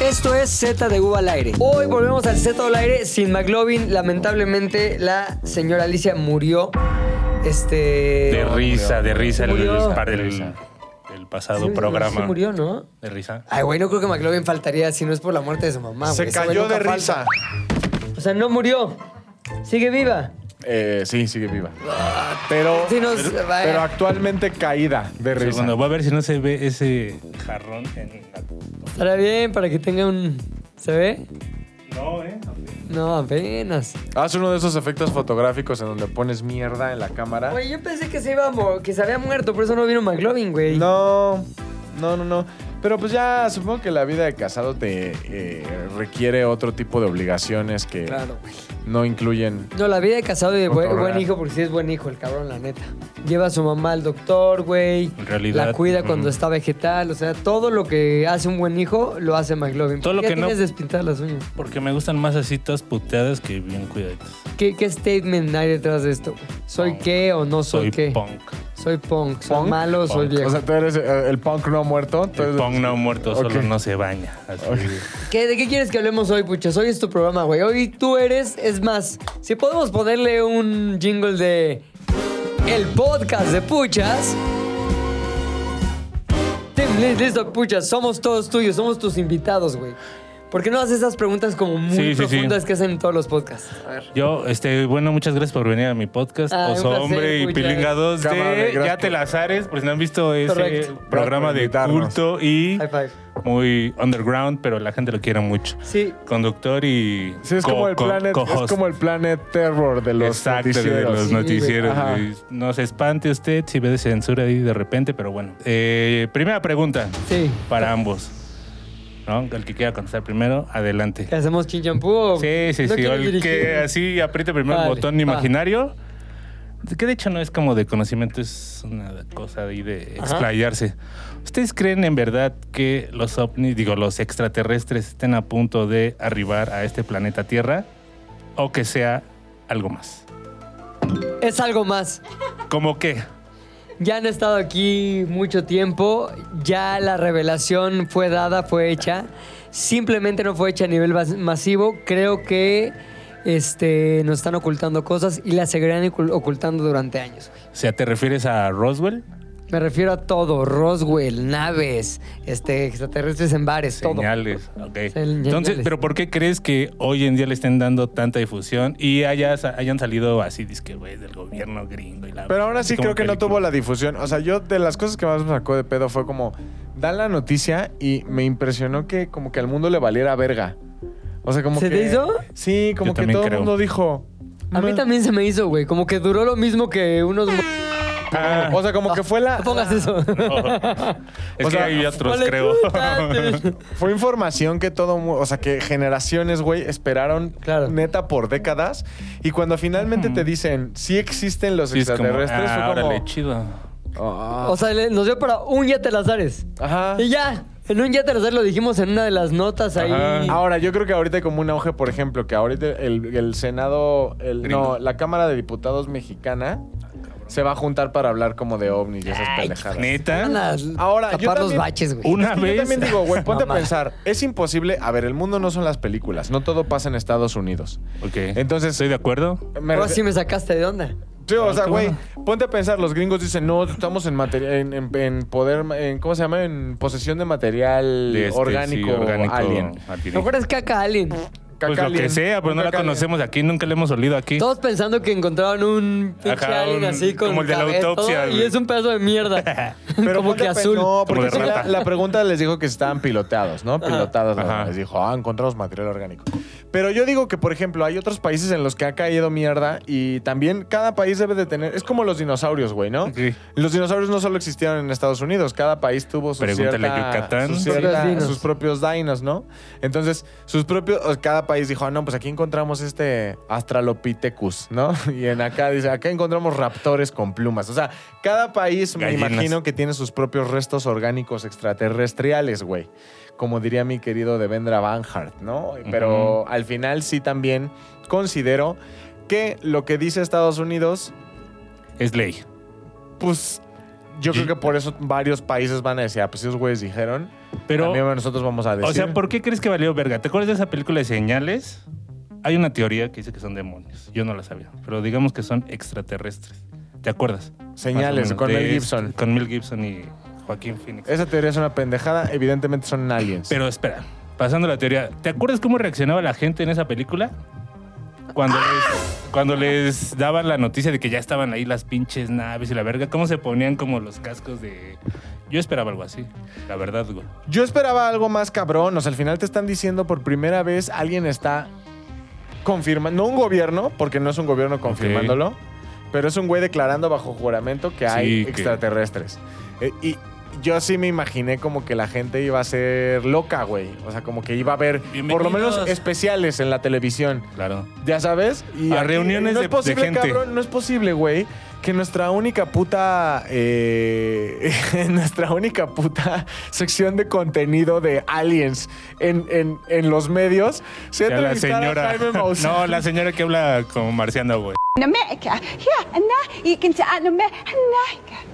Esto es Z de U al aire. Hoy volvemos al Z al aire sin McLovin. Lamentablemente, la señora Alicia murió. Este. De risa, de risa. El, Murió. el par del, del pasado Sí, programa. Se murió, ¿no? De risa. Ay, güey, no creo que McLovin faltaría si no es por la muerte de su mamá. Se Ah, güey. Ese güey cayó de nunca falta. risa. O sea, no murió. Sigue viva. Eh, sí, sigue viva. Pero, Sí, nos- vaya. pero actualmente caída de risa. Segundo, voy a ver si no se ve ese jarrón en la... Estará bien para que tenga un. ¿Se ve? No, ¿eh? No, apenas. Haz uno de esos efectos fotográficos en donde pones mierda en la cámara. Güey, yo pensé que se iba a mo- que se había muerto, por eso no vino McLovin, güey. No, no, no, no. Pero pues ya supongo que la vida de casado te eh, requiere otro tipo de obligaciones que Claro, güey. no incluyen. No, la vida de casado y de buen, Controlar. buen hijo, porque sí es buen hijo el cabrón, la neta. Lleva a su mamá al doctor, güey. En realidad, La cuida ujú. cuando está vegetal. O sea, todo lo que hace un buen hijo lo hace McLovin. Todo ¿Por lo qué que no- tienes despintadas las uñas? Porque me gustan más así todas puteadas que bien cuidaditas. ¿Qué, qué statement hay detrás de esto? güey? ¿Soy Punk. qué o no soy, Soy qué? punk. Soy punk. Soy ¿Punk? malo, soy Punk. viejo. O sea, tú eres eh, el punk no muerto. tú El eres- punk no muerto, solo Ok. no se baña. Así. ¿Qué- ¿De qué quieres que hablemos hoy, Puchas? Hoy es tu programa, güey. Hoy tú eres, es más, si podemos ponerle un jingle de el podcast de Puchas. Tim, li- listo, Puchas, somos todos tuyos, somos tus invitados, güey. ¿Por qué no haces esas preguntas como muy Sí, sí, sí. profundas que hacen en todos los podcasts? A ver. Yo, este, bueno, muchas gracias por venir a mi podcast. Ah, un Oso placer, Hombre y muchas Pilinga 2 Cámara, de gracias Ya te por- las ares, por si no han visto ese Correcto. programa de Gracias por invitarnos. culto y High five. muy underground, pero la gente lo quiere mucho. Sí, Conductor y Sí, es, co- como el co- planet, es co-host. como el planet terror de los Exacto, de noticieros. los Sí, güey. noticieros. Ajá. güey. No se espante usted si ve de censura ahí de repente, pero bueno. Eh, primera pregunta sí. para ambos. ¿no? El que quiera contestar primero, adelante. ¿Que hacemos chinchampú o Sí, sí, no sí. o quieres El que dirigir? así apriete primero Vale, el botón va. imaginario. Que de hecho no es como de conocimiento, es una cosa ahí de Ajá. explayarse. ¿Ustedes creen en verdad que los ovnis, digo, los extraterrestres estén a punto de arribar a este planeta Tierra? ¿O que sea algo más? Es algo más. ¿Cómo qué? Ya han estado aquí mucho tiempo, ya la revelación fue dada, fue hecha. Simplemente no fue hecha a nivel mas- masivo. Creo que este, nos están ocultando cosas y las seguirán ocul- ocultando durante años. güey. O sea, ¿te refieres a Roswell? Me refiero a todo, Roswell, naves, este, extraterrestres en bares, Señales, ok. Señales. Entonces, ¿pero por qué crees que hoy en día le estén dando tanta difusión y haya- hayan salido así, disque, güey, del gobierno gringo y la... Pero ahora así sí como creo que no película? tuvo la difusión. O sea, yo de las cosas que más me sacó de pedo fue como, dan la noticia y me impresionó que como que al mundo le valiera verga. O sea, como ¿Se que... te hizo? Sí, Yo como que también todo el creo. mundo dijo... "Mm". todo. A mí "Meh". también se me hizo, güey. Como que duró lo mismo que unos... Ah, O sea, como que fue la... No pongas eso. es o que sea, hay otros, Vale, creo. puta. Fue información que todo, mu- o sea, que generaciones, güey, esperaron Claro. neta por décadas. Y cuando finalmente te dicen, sí existen los Sí, es como, extraterrestres, ah, fue como, órale, chido. "Ah". O sea, le- nos dio para un yate las ares. Ajá. Y ya, en un yate las ares lo dijimos en una de las notas ahí. Ajá. Ahora, yo creo que ahorita hay como un auge, por ejemplo, que ahorita el, el Senado, el, Gringo. no, la Cámara de Diputados mexicana se va a juntar para hablar como de ovnis y esas Ay, pendejadas. Van Neta. a Ahora, yo tapar los también- baches, güey. Una Es que vez. Yo también digo, güey, ponte a Mamá. pensar, es imposible, a ver, el mundo no son las películas, no todo pasa en Estados Unidos. Ok. Entonces, ¿Estoy de acuerdo? me Ahora refi- sí me Ah, sacaste de onda. Sí, o sea, qué güey, bueno. ponte a pensar, los gringos dicen, no, estamos en, materia- en, en- en poder, en, ¿cómo se llama? En posesión de material De este, sí, orgánico, alien. alien. Mejor es caca alien. Pues Caca lo que alien, sea, pero no caca la alien. conocemos aquí, nunca la hemos olido aquí. Todos pensando que encontraron un pinche Ajá, alien un- así con como el de la cabeza, autopsia, todo, Y güey. es un pedazo de mierda. Pero como ponte que a pe- azul. No, Como porque de sí, la, rata. la pregunta les dijo que estaban piloteados, ¿no? Pilotados. ¿no? Ajá. Les dijo, ah, encontramos material orgánico. Pero yo digo que, por ejemplo, hay otros países en los que ha caído mierda y también cada país debe de tener... Es como los dinosaurios, güey, ¿no? Ok. Los dinosaurios no solo existieron en Estados Unidos, cada país tuvo sus Pregúntale a Yucatán. sus, Propios cierta- dinos. sus propios dinos, ¿no? Entonces, sus propios, o cada país dijo, ah, no, pues aquí encontramos este Australopithecus, ¿no? Y en acá dice, acá encontramos raptores con plumas. O sea, cada país me Gallinas. imagino que tiene sus propios restos orgánicos extraterrestriales, güey. Como diría mi querido Devendra Banhart, ¿no? Pero al final sí también considero que lo que dice Estados Unidos, Es ley. pues Yo creo que por eso varios países van a decir, ah, pues esos güeyes dijeron, Pero- también nosotros vamos a decir. O sea, ¿por qué crees que valió verga? ¿Te acuerdas de esa película de señales? Hay una teoría que dice que son demonios. Yo no la sabía, pero digamos que son extraterrestres. ¿Te acuerdas? Señales, Más o menos, con de Mel este- Gibson. con Mel Gibson y Joaquín Phoenix. Esa teoría es una pendejada, evidentemente son aliens. Pero espera, pasando a la teoría, ¿te acuerdas cómo reaccionaba la gente en esa película? Cuando, ¡Ah! les, cuando les daban la noticia de que ya estaban ahí las pinches naves y la verga, ¿cómo se ponían como los cascos de...? Yo esperaba algo así, la verdad, güey. Yo esperaba algo más cabrón. O sea, al final te están diciendo por primera vez alguien está confirmando, no un gobierno, porque no es un gobierno confirmándolo, pero es un güey declarando bajo juramento que hay Sí, que- extraterrestres. Eh, y yo sí me imaginé como que la gente iba a ser loca, güey. O sea, como que iba a haber por lo menos Bienvenidos. especiales en la televisión. Claro. Ya sabes, y A reuniones no de- es posible, de gente. cabrón, no es posible, güey, que nuestra única puta eh, nuestra única puta sección de contenido de aliens en, en, en los medios sea Ya la entrevistar a señora... Jaime Maussan. No, la señora que habla como marciano, güey. in America. Yeah, and now you can say in America.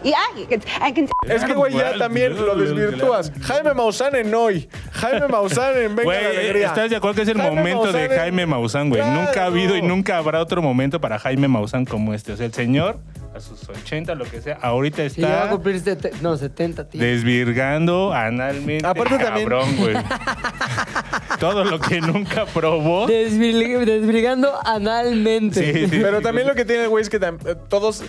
Yeah, you can. I can. Es que, güey, ya también lo desvirtúas. Jaime Maussan en hoy. Jaime Maussan en Venga la Güey, Alegría. ¿estás de acuerdo que es el Jaime momento Maussan de en- Jaime Maussan, güey? Nunca ha habido y Claro. nunca habrá otro momento para Jaime Maussan como este. O sea, el señor, a sus 80, lo que sea, ahorita Sí, ya va a está cumplir sete- no, 70, tío. desvirgando analmente. Aparte también- cabrón, güey. Todo lo que nunca probó. Desvil- desbrigando analmente. Sí, sí. Pero también lo que tiene el güey es que tam- eh, todos.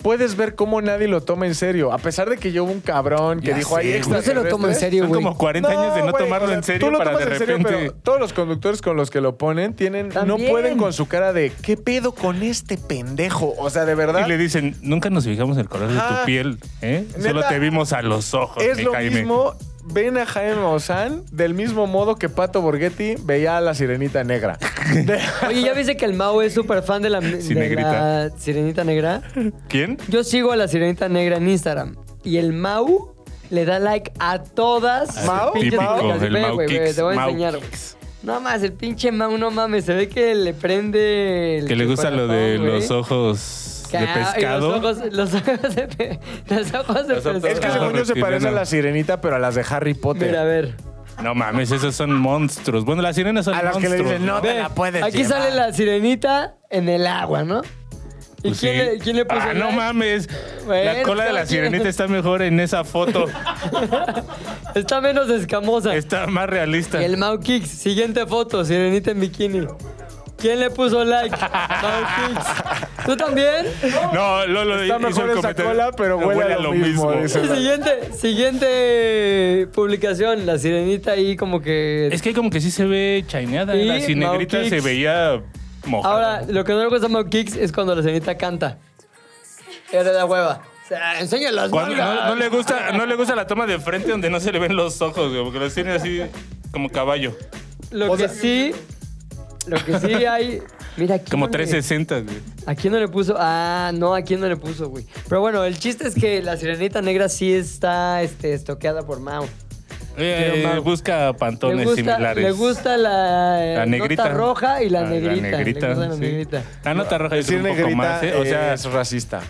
Puedes ver cómo nadie lo toma en serio. A pesar de que yo hubo un cabrón que Ya dijo ahí sé, güey. No se lo toma en serio, Son güey. como 40 años de no güey, tomarlo o sea, en serio tú lo para de tomas en repente. serio, pero todos los conductores con los que lo ponen tienen También. no pueden con su cara de ¿qué pedo con este pendejo? O sea, de verdad. Y le dicen, nunca nos fijamos en el color de tu Ajá. piel, ¿eh? Solo Neta, te vimos a los ojos, es mi lo Jaime. mismo. Ven a Jaime Maussan del mismo modo que Pato Borghetti veía a la sirenita negra. De- Oye, ¿ya viste que el Mau es súper fan de la, de Sí, negrita. la sirenita negra? ¿Quién? Yo sigo a la sirenita negra en Instagram. Y el Mau le da like a todas. sus ¿Mau? pinches Típico, noticas. el Ve, Mau güey, Kicks, ve, Te voy a Mau enseñar. güey. Kicks. No más, el pinche Mau, no mames. Se ve que le prende. el Que le gusta lo de chuparapón, güey. los ojos Que- de ah, y pescado. Los ojos, los ojos de, pe- los ojos de Los ojos- pescado. es que según yo se Reptiliano. parece a la sirenita, pero a las de Harry Potter. Mira, a ver. No mames, esos son monstruos. Bueno, las sirenas son A las que monstruos. le dicen, no te Ve, la puedes Aquí llevar. sale la sirenita en el agua, ¿no? ¿Y Pues quién, sí. le, quién le puso Ah, el no like? mames. la Bueno, cola de cada la quien. sirenita está mejor en esa foto. Está menos escamosa. está más realista. Y el Mau Kicks, siguiente foto, sirenita en bikini. ¿Quién le puso like? Mau Kicks. ¿Tú también? No, Lolo Está hizo mejor el esa comentario. cola, pero huele a lo mismo, dice. Y siguiente, siguiente publicación, la sirenita ahí como que... Es que como que sí se ve chaineada. Y La Mau sinegrita se Kicks. veía mojada. Ahora, lo que no le gusta a Mau Kicks es cuando la sirenita canta. Era la hueva. O sea, enseña las Cuando- no, nalgas. no le gusta, no le gusta la toma de frente donde no se le ven los ojos, güey, porque los tiene así como caballo. Lo O que sea- sí... Lo que sí hay... Mira, aquí Como no le- 360, güey. ¿A quién no le puso? Ah, no, ¿a quién no le puso, güey? Pero bueno, el chiste es que la sirenita negra sí está este, estoqueada por Mao. Eh, Pero, Mau, busca pantones le gusta, similares. Le gusta la, eh, La negrita. nota roja y la Ah, negrita. La negrita. Le gusta la sí. negrita. La nota roja es Decir un poco negrita más, ¿eh? O sea, es racista.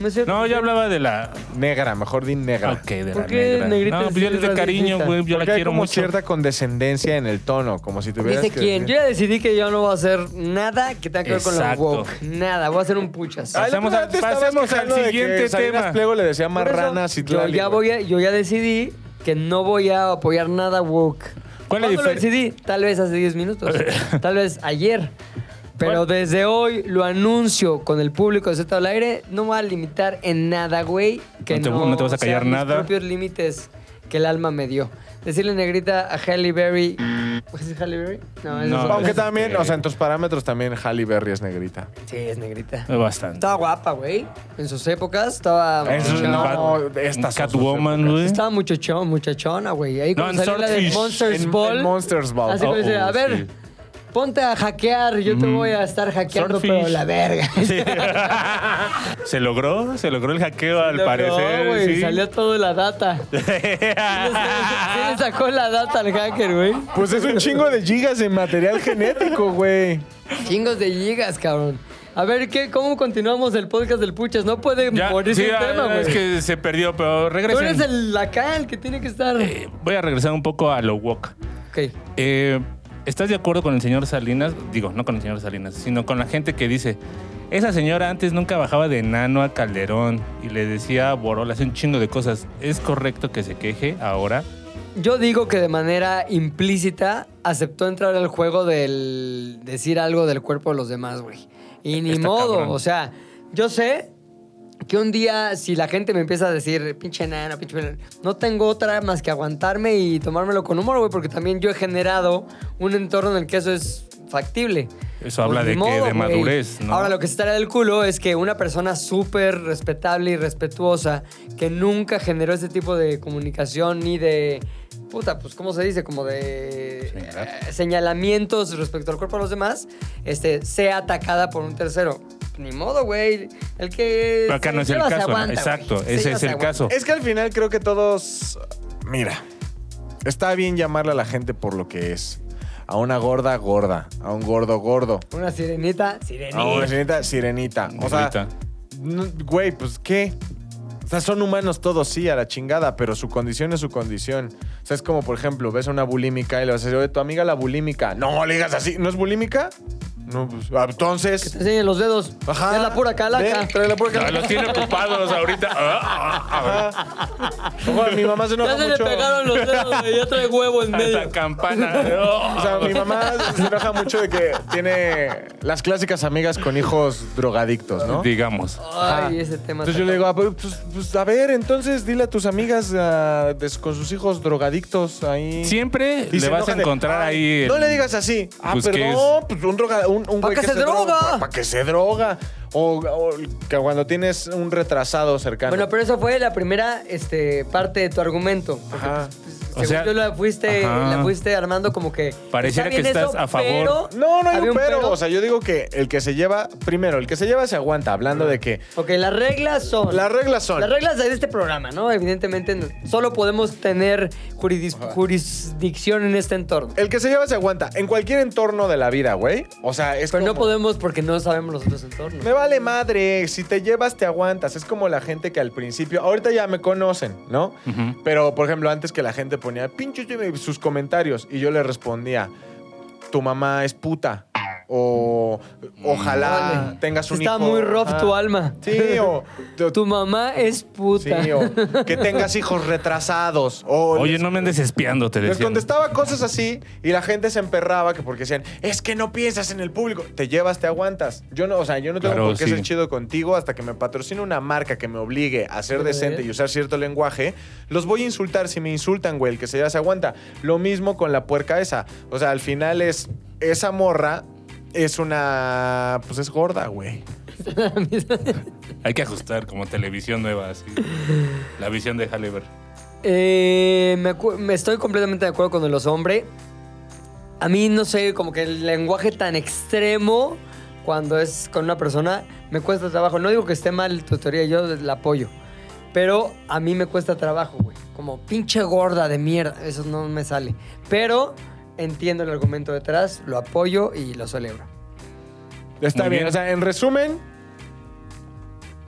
No, es cierto, no, yo ¿por qué- hablaba de la. Negra, mejor di negra. Ok, de ¿Por la qué negra. negrita no, pues yo sí le doy es cariño, racista? güey. Yo la Porque hay quiero como mucho. cierta condescendencia en el tono, como si tuvieras Dice que quién. Yo decir- ya decidí que yo no voy a hacer nada que tenga que ver con la Exacto. woke. Nada, voy a hacer un puchas. Ay, Ah, el Pasamos otro día al- te estabas pasemos al quejando de que siguiente Salinas tema. Pliego le decía Por eso, marranas y yo ya, voy a- yo ya decidí que no voy a apoyar nada woke. ¿Cuál es la ¿Cuándo lo difer- decidí? Tal vez hace 10 minutos. tal vez ayer. Pero desde hoy lo anuncio con el público de Z al aire. No me voy a limitar en nada, güey. Que No no, te- no te vas a callar sean mis nada. propios límites que el alma me dio. Decirle negrita a Halle Berry. ¿Es Halle Berry? No, es No. otra. Aunque Este- también, o sea, en tus parámetros también Halle Berry es negrita. Sí, es negrita. Eh, Bastante. Estaba guapa, güey. En sus épocas estaba. En sus- muchachona. no, estas son sus Catwoman, épocas. güey. Estaba muchachón, muchachona, güey. Ahí No, cuando en salió la de Swordfish. Monsters En- Ball. en Monsters Ball. Así como Oh, dice, oh, a ver, sí. Mm. ponte a hackear, yo te voy a estar hackeando, Swordfish. pero la verga. Sí. se logró, se logró el hackeo al Logró, parecer. güey, sí. Salió toda la data. Sí le- sí le sacó la data al hacker, güey. Pues es un chingo de gigas de material genético, güey. Chingos de gigas, cabrón. A ver, ¿qué, ¿cómo continuamos el podcast del Puchas? No puede Ya, morir sí, sin ah, tema, güey. es que se perdió, pero Tú regresen. eres el acá, el que tiene que estar. Eh, voy a regresar un poco a lo wok. Ok. Eh, ¿Estás de acuerdo con el señor Salinas? Digo, no con el señor Salinas, sino con la gente que dice, esa señora antes nunca bajaba de nano a Calderón y le decía a Borol, hace un chingo de cosas. ¿Es correcto que se queje ahora? Yo digo que de manera implícita aceptó entrar al juego del decir algo del cuerpo de los demás, güey. Y ni Está modo, cabrón. o sea, yo sé que un día si la gente me empieza a decir, pinche nana, pinche nana", no tengo otra más que aguantarme y tomármelo con humor, güey, porque también yo he generado un entorno en el que eso es factible. Eso habla Pues de Pues ni que- de güey. madurez, ¿no? Ahora, lo que se estaría del culo es que una persona súper respetable y respetuosa que nunca generó ese tipo de comunicación ni de. Puta, pues, ¿cómo se dice? Como de. Señalar. eh, señalamientos respecto al cuerpo de los demás, este, sea atacada por un tercero. Ni modo, güey. El que. Pero acá se no es el lleva se caso, ¿no? aguanta, güey. Exacto, Se ese lleva es se el aguanta. caso. Es que al final creo que todos. Mira, está bien llamarle a la gente por lo que es. A una gorda, gorda. A un gordo, gordo. Una sirenita, A una sirenita. sirenita, sirenita. O sea, Ahorita. no- güey, pues qué. O sea, son humanos todos, sí, a la chingada, pero su condición es su condición. O sea, es como, por ejemplo, ves a una bulímica y le vas a decir, oye, tu amiga la bulímica. No, le digas así. ¿No es bulímica? No, pues, ah, Que te entonces... enseñen los dedos. Ajá. Es la pura calaca. Ven, trae la pura No, calaca. los tiene ocupados ahorita. Ah, ah, ah. Ojo, mi mamá se enoja Ya se le mucho. pegaron los dedos, güey. Ya trae huevo en medio. Hasta ah, campana. Oh. O sea, mi mamá se enoja mucho de que tiene las clásicas amigas con hijos drogadictos, ¿no? Digamos. Ay, ese tema. Entonces yo le digo, ah, pues, pues, pues, a ver, entonces dile a tus amigas ah, des- con sus hijos drogadictos ahí. Siempre Y le se vas a enoja de, encontrar "Ay, ahí. el- No le digas así. Ah, Pues, ¿qué perdón, pues un droga, un, un ¿Pa' güey qué se droga? Para que se droga. O, o que cuando tienes un retrasado cercano. Bueno, pero eso fue la primera este, parte de tu argumento. Porque, Ajá. pues, O según sea, yo la fuiste, ajá. la fuiste armando como que. Pareciera está bien que estás a favor. pero- No, no hay había un pero. O sea, yo digo que el que se lleva, primero, el que se lleva se aguanta, hablando de que Ok, las reglas son. las reglas son. Las reglas de este programa, ¿no? Evidentemente, no- solo podemos tener juridis- jurisdicción en este entorno. El que se lleva se aguanta. En cualquier entorno de la vida, güey. O sea, es Pero no como- podemos porque no sabemos los otros entornos. Me vale madre, si te llevas te aguantas. Es como la gente que al principio, ahorita ya me conocen, ¿no? Ujú. Pero, por ejemplo, antes que la gente ponía pinches de- sus comentarios y yo le respondía, tu mamá es puta. O Mm. ojalá Órale. tengas un Está hijo. muy rough Ajá. tu alma. Sí, o... Tu mamá es sí, puta. o que tengas hijos retrasados. O Oye, les- no me andes espiando, te les decía. contestaba cosas así y la gente se emperraba que porque decían, es que no piensas en el público, te llevas, te aguantas. Yo no, o sea, yo no tengo Claro, por qué sí. ser chido contigo hasta que me patrocine una marca que me obligue a ser Sí, decente ¿verdad? y usar cierto lenguaje. Los voy a insultar si me insultan, güey, el que se lleva se aguanta. Lo mismo con la puerca esa. O sea, al final es esa morra es una pues es gorda, güey. Hay que ajustar como televisión nueva, así. La visión de Halle Berry. Eh, me, acu- me estoy completamente de acuerdo con los hombres. A mí, no sé, como que el lenguaje tan extremo cuando es con una persona me cuesta trabajo. No digo que esté mal tu teoría, yo la apoyo. Pero a mí me cuesta trabajo, güey. Como pinche gorda de mierda. Eso no me sale. Pero entiendo el argumento detrás, lo apoyo y lo celebro. Está Muy bien. bien. o sea, en resumen,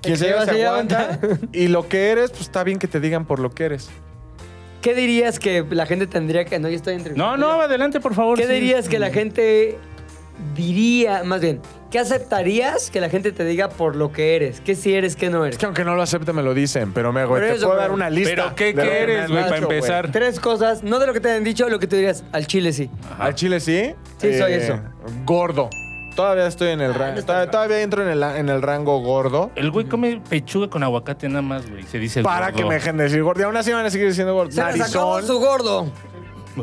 quien que se lleva se aguanta. aguanta y lo que eres, pues está bien que te digan por lo que eres. ¿Qué dirías que la gente tendría que.? No, yo estoy entrevistando. No, no, adelante, por favor. ¿Qué sí. dirías que la gente diría, más bien, qué aceptarías que la gente te diga por lo que eres? ¿Qué si eres, qué no Es eres? que aunque no lo acepte me lo dicen, pero me güey, Pero te eso, puedo güey. dar una Pero lista. ¿qué de lo que me quieres, han güey, dicho, para empezar? Tres cosas, no de lo que te han dicho, lo que tú dirías, al chile sí. ¿Al Chile sí? Eh, Sí, soy eso. Gordo. Todavía estoy en el Ah, no rango. está Todavía, mal. todavía entro en el, en el rango gordo. El güey come pechuga con aguacate nada más, güey. Se dice Para gordo. que me dejen decir gordo. Y aún así van a seguir diciendo gordo. Se les acabó Narizón. su gordo.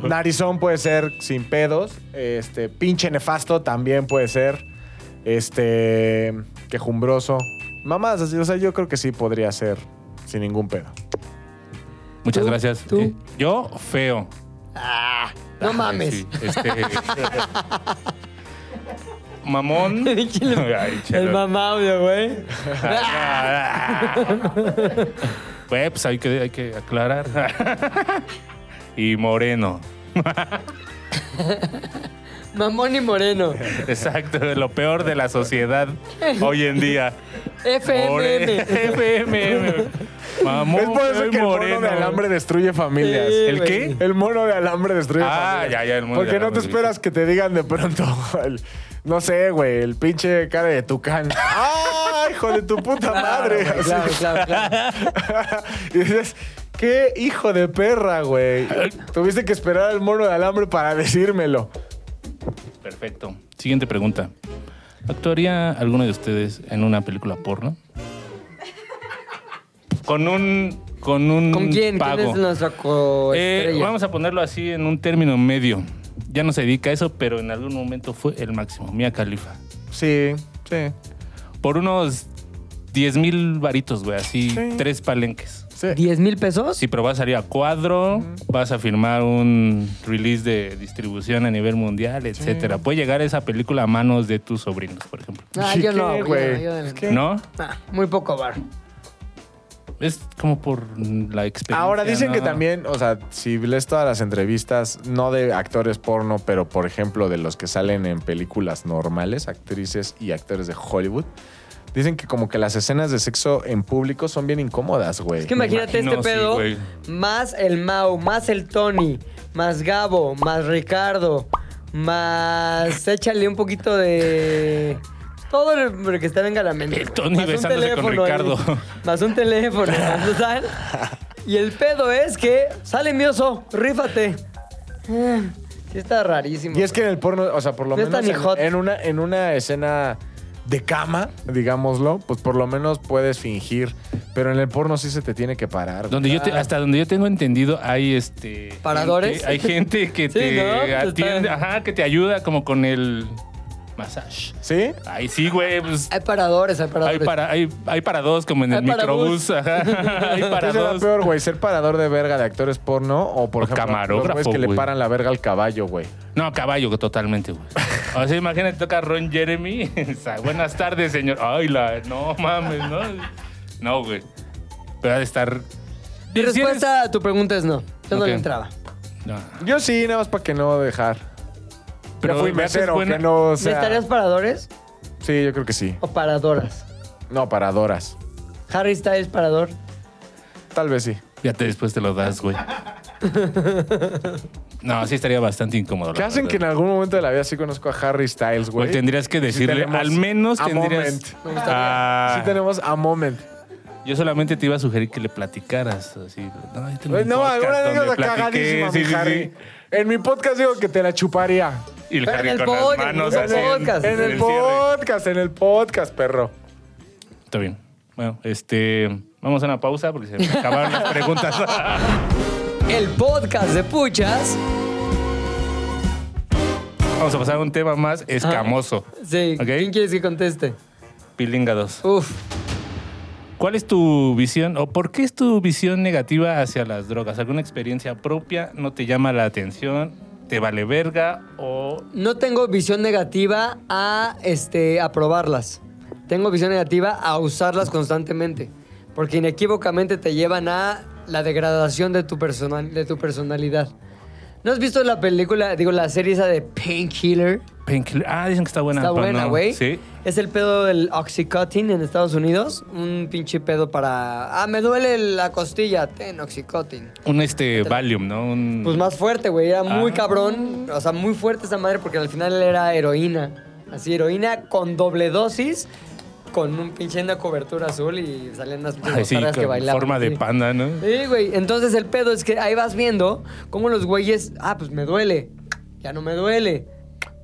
Narizón puede ser sin pedos. Este, pinche nefasto también puede ser. Este, quejumbroso. Mamás, así, o sea, yo creo que sí podría ser sin ningún pedo. Muchas ¿Tú? gracias. ¿Tú? Eh, Yo, feo. Ah, No Ay, mames. sí, este, mamón. El Ay, chelo. mamaudio, güey. Güey, pues hay que, hay que aclarar. y moreno. Mamón y Moreno. Exacto, lo peor de la sociedad hoy en día. More- FMM. FMM. Mamón, es por eso soy que el mono de moreno. alambre destruye familias. Sí, ¿El qué? El mono de alambre destruye Ah, familias. ya, ya, el mono Porque de no te alambre. esperas que te digan de pronto, el- no sé, güey, el pinche cara de tucán. ¡Ah, hijo de tu puta madre! Claro, claro, claro, claro. y dices, qué hijo de perra, güey. Tuviste que esperar al mono de alambre para decírmelo. Perfecto. Siguiente pregunta. ¿Actuaría alguno de ustedes en una película porno? Con un. Con un. ¿Con quién? Mm, Pago. ¿Quién es nuestra Eh, coestrella? vamos a ponerlo así en un término medio. Ya no se dedica a eso, pero en algún momento fue el máximo. Mía Califa. Sí, sí, Por unos 10 mil varitos, güey. Así, Sí. tres palenques. sí. ¿10 mil pesos? Sí, pero vas a salir a cuadro, vas a firmar un release de distribución a nivel mundial, etcétera. Puede llegar esa película a manos de tus sobrinos, por ejemplo. Ah, yo ¿Qué, no, güey. güey? yo- yo- Es que- ¿No? Ah, muy poco bar. Es como por la experiencia. Ahora dicen ¿no? que también, o sea, si lees todas las entrevistas, no de actores porno, pero por ejemplo de los que salen en películas normales, actrices y actores de Hollywood, dicen que como que las escenas de sexo en público son bien incómodas, güey. Es que imagínate imagino, este sí, pedo, güey. más el Mau, más el Tony, más Gabo, más Ricardo, más échale un poquito de todo lo que te venga a la mente. El güey. Tony Más un besándose con teléfono ahí, Ricardo. más un teléfono, más un tal. Y el pedo es que sale mi oso, rífate. Eh, Sí está rarísimo. Y es que güey. en el porno, o sea, por lo No está menos ni en, hot. en una, en una escena de cama, digámoslo, pues por lo menos puedes fingir, pero en el porno sí se te tiene que parar. güey. Donde yo te- hasta donde yo tengo entendido hay este ¿Paradores? gente- hay gente que Sí, te ¿no? Te atiende, está- ajá, que te ayuda como con el massage. ¿Sí? Ay, sí, güey, pues Hay paradores, hay hay paradores. para hay, hay para dos como en el Hay para microbús, bus. ajá. Hay para ¿Qué será dos. peor, güey? ¿Ser parador de verga de actores porno o, por O ejemplo, camarógrafo, los güeyes que le güey. paran la verga al caballo, güey? No, caballo totalmente, güey. O sea, imagínate toca Ron Jeremy. O sea, Buenas tardes, señor. Ay, la no mames, no. No, güey. Pero ha de estar Mi Si eres- respuesta a tu pregunta es no. Yo no Ok. le entraba. No. Yo sí, nada más para que no dejar. Pero Pero ya fui me haces mesero, buena- que no o sea- ¿Necesitarías paradores Sí, yo creo que sí. o paradoras? No, paradoras. Harry Styles parador. Tal vez sí. Ya te después te lo das, güey. No, sí estaría bastante incómodo. la ¿Qué hacen verdad. que en algún momento de la vida sí conozco a Harry Styles, güey? Güey, tendrías que Sí decirle, tenemos al menos a tendrías... moment. Ah, Sí tenemos a moment. Yo solamente te iba a sugerir que le platicaras. Así, no, yo tengo Güey, un No, podcast alguna donde anécdota platiqué, cagadísima, sí, mi sí, sí. Harry. En mi podcast digo que te la chuparía. Y el Pero Harry en el con las podcast, manos en el así podcast. En En el cierre. podcast, en el podcast, perro. Está bien. Bueno, este... Vamos a una pausa porque se me acabaron las preguntas. El podcast de Puchas. Vamos a pasar a un tema más escamoso. Sí. ¿Ok? ¿Quién quieres que conteste? Pilinga 2. Uf. ¿Cuál es tu visión o por qué es tu visión negativa hacia las drogas? ¿Alguna experiencia propia no te llama la atención? ¿Te vale verga? ¿O No tengo visión negativa a este a probarlas. Tengo visión negativa a usarlas constantemente. Porque inequívocamente te llevan a la degradación de tu, personal, de tu personalidad. ¿No has visto la película, digo, la serie esa de Painkiller? painkiller? Ah, dicen que está buena. Está pero buena, no. güey. Sí. Es el pedo del Oxycontin en Estados Unidos. Un pinche pedo para. Ah, me duele la costilla. Ten Oxycontin. Un este Valium, ¿no? Un- Pues más fuerte, güey. Era muy Ah. cabrón. O sea, muy fuerte esa madre porque al final era heroína. Así, heroína con doble dosis, con un pinche una cobertura azul y salían unas pinches Ay, sí, mojarras que con bailaban. forma de así. panda, ¿no? Sí, güey. Entonces el pedo es que ahí vas viendo cómo los güeyes. Ah, pues me duele. Ya no me duele.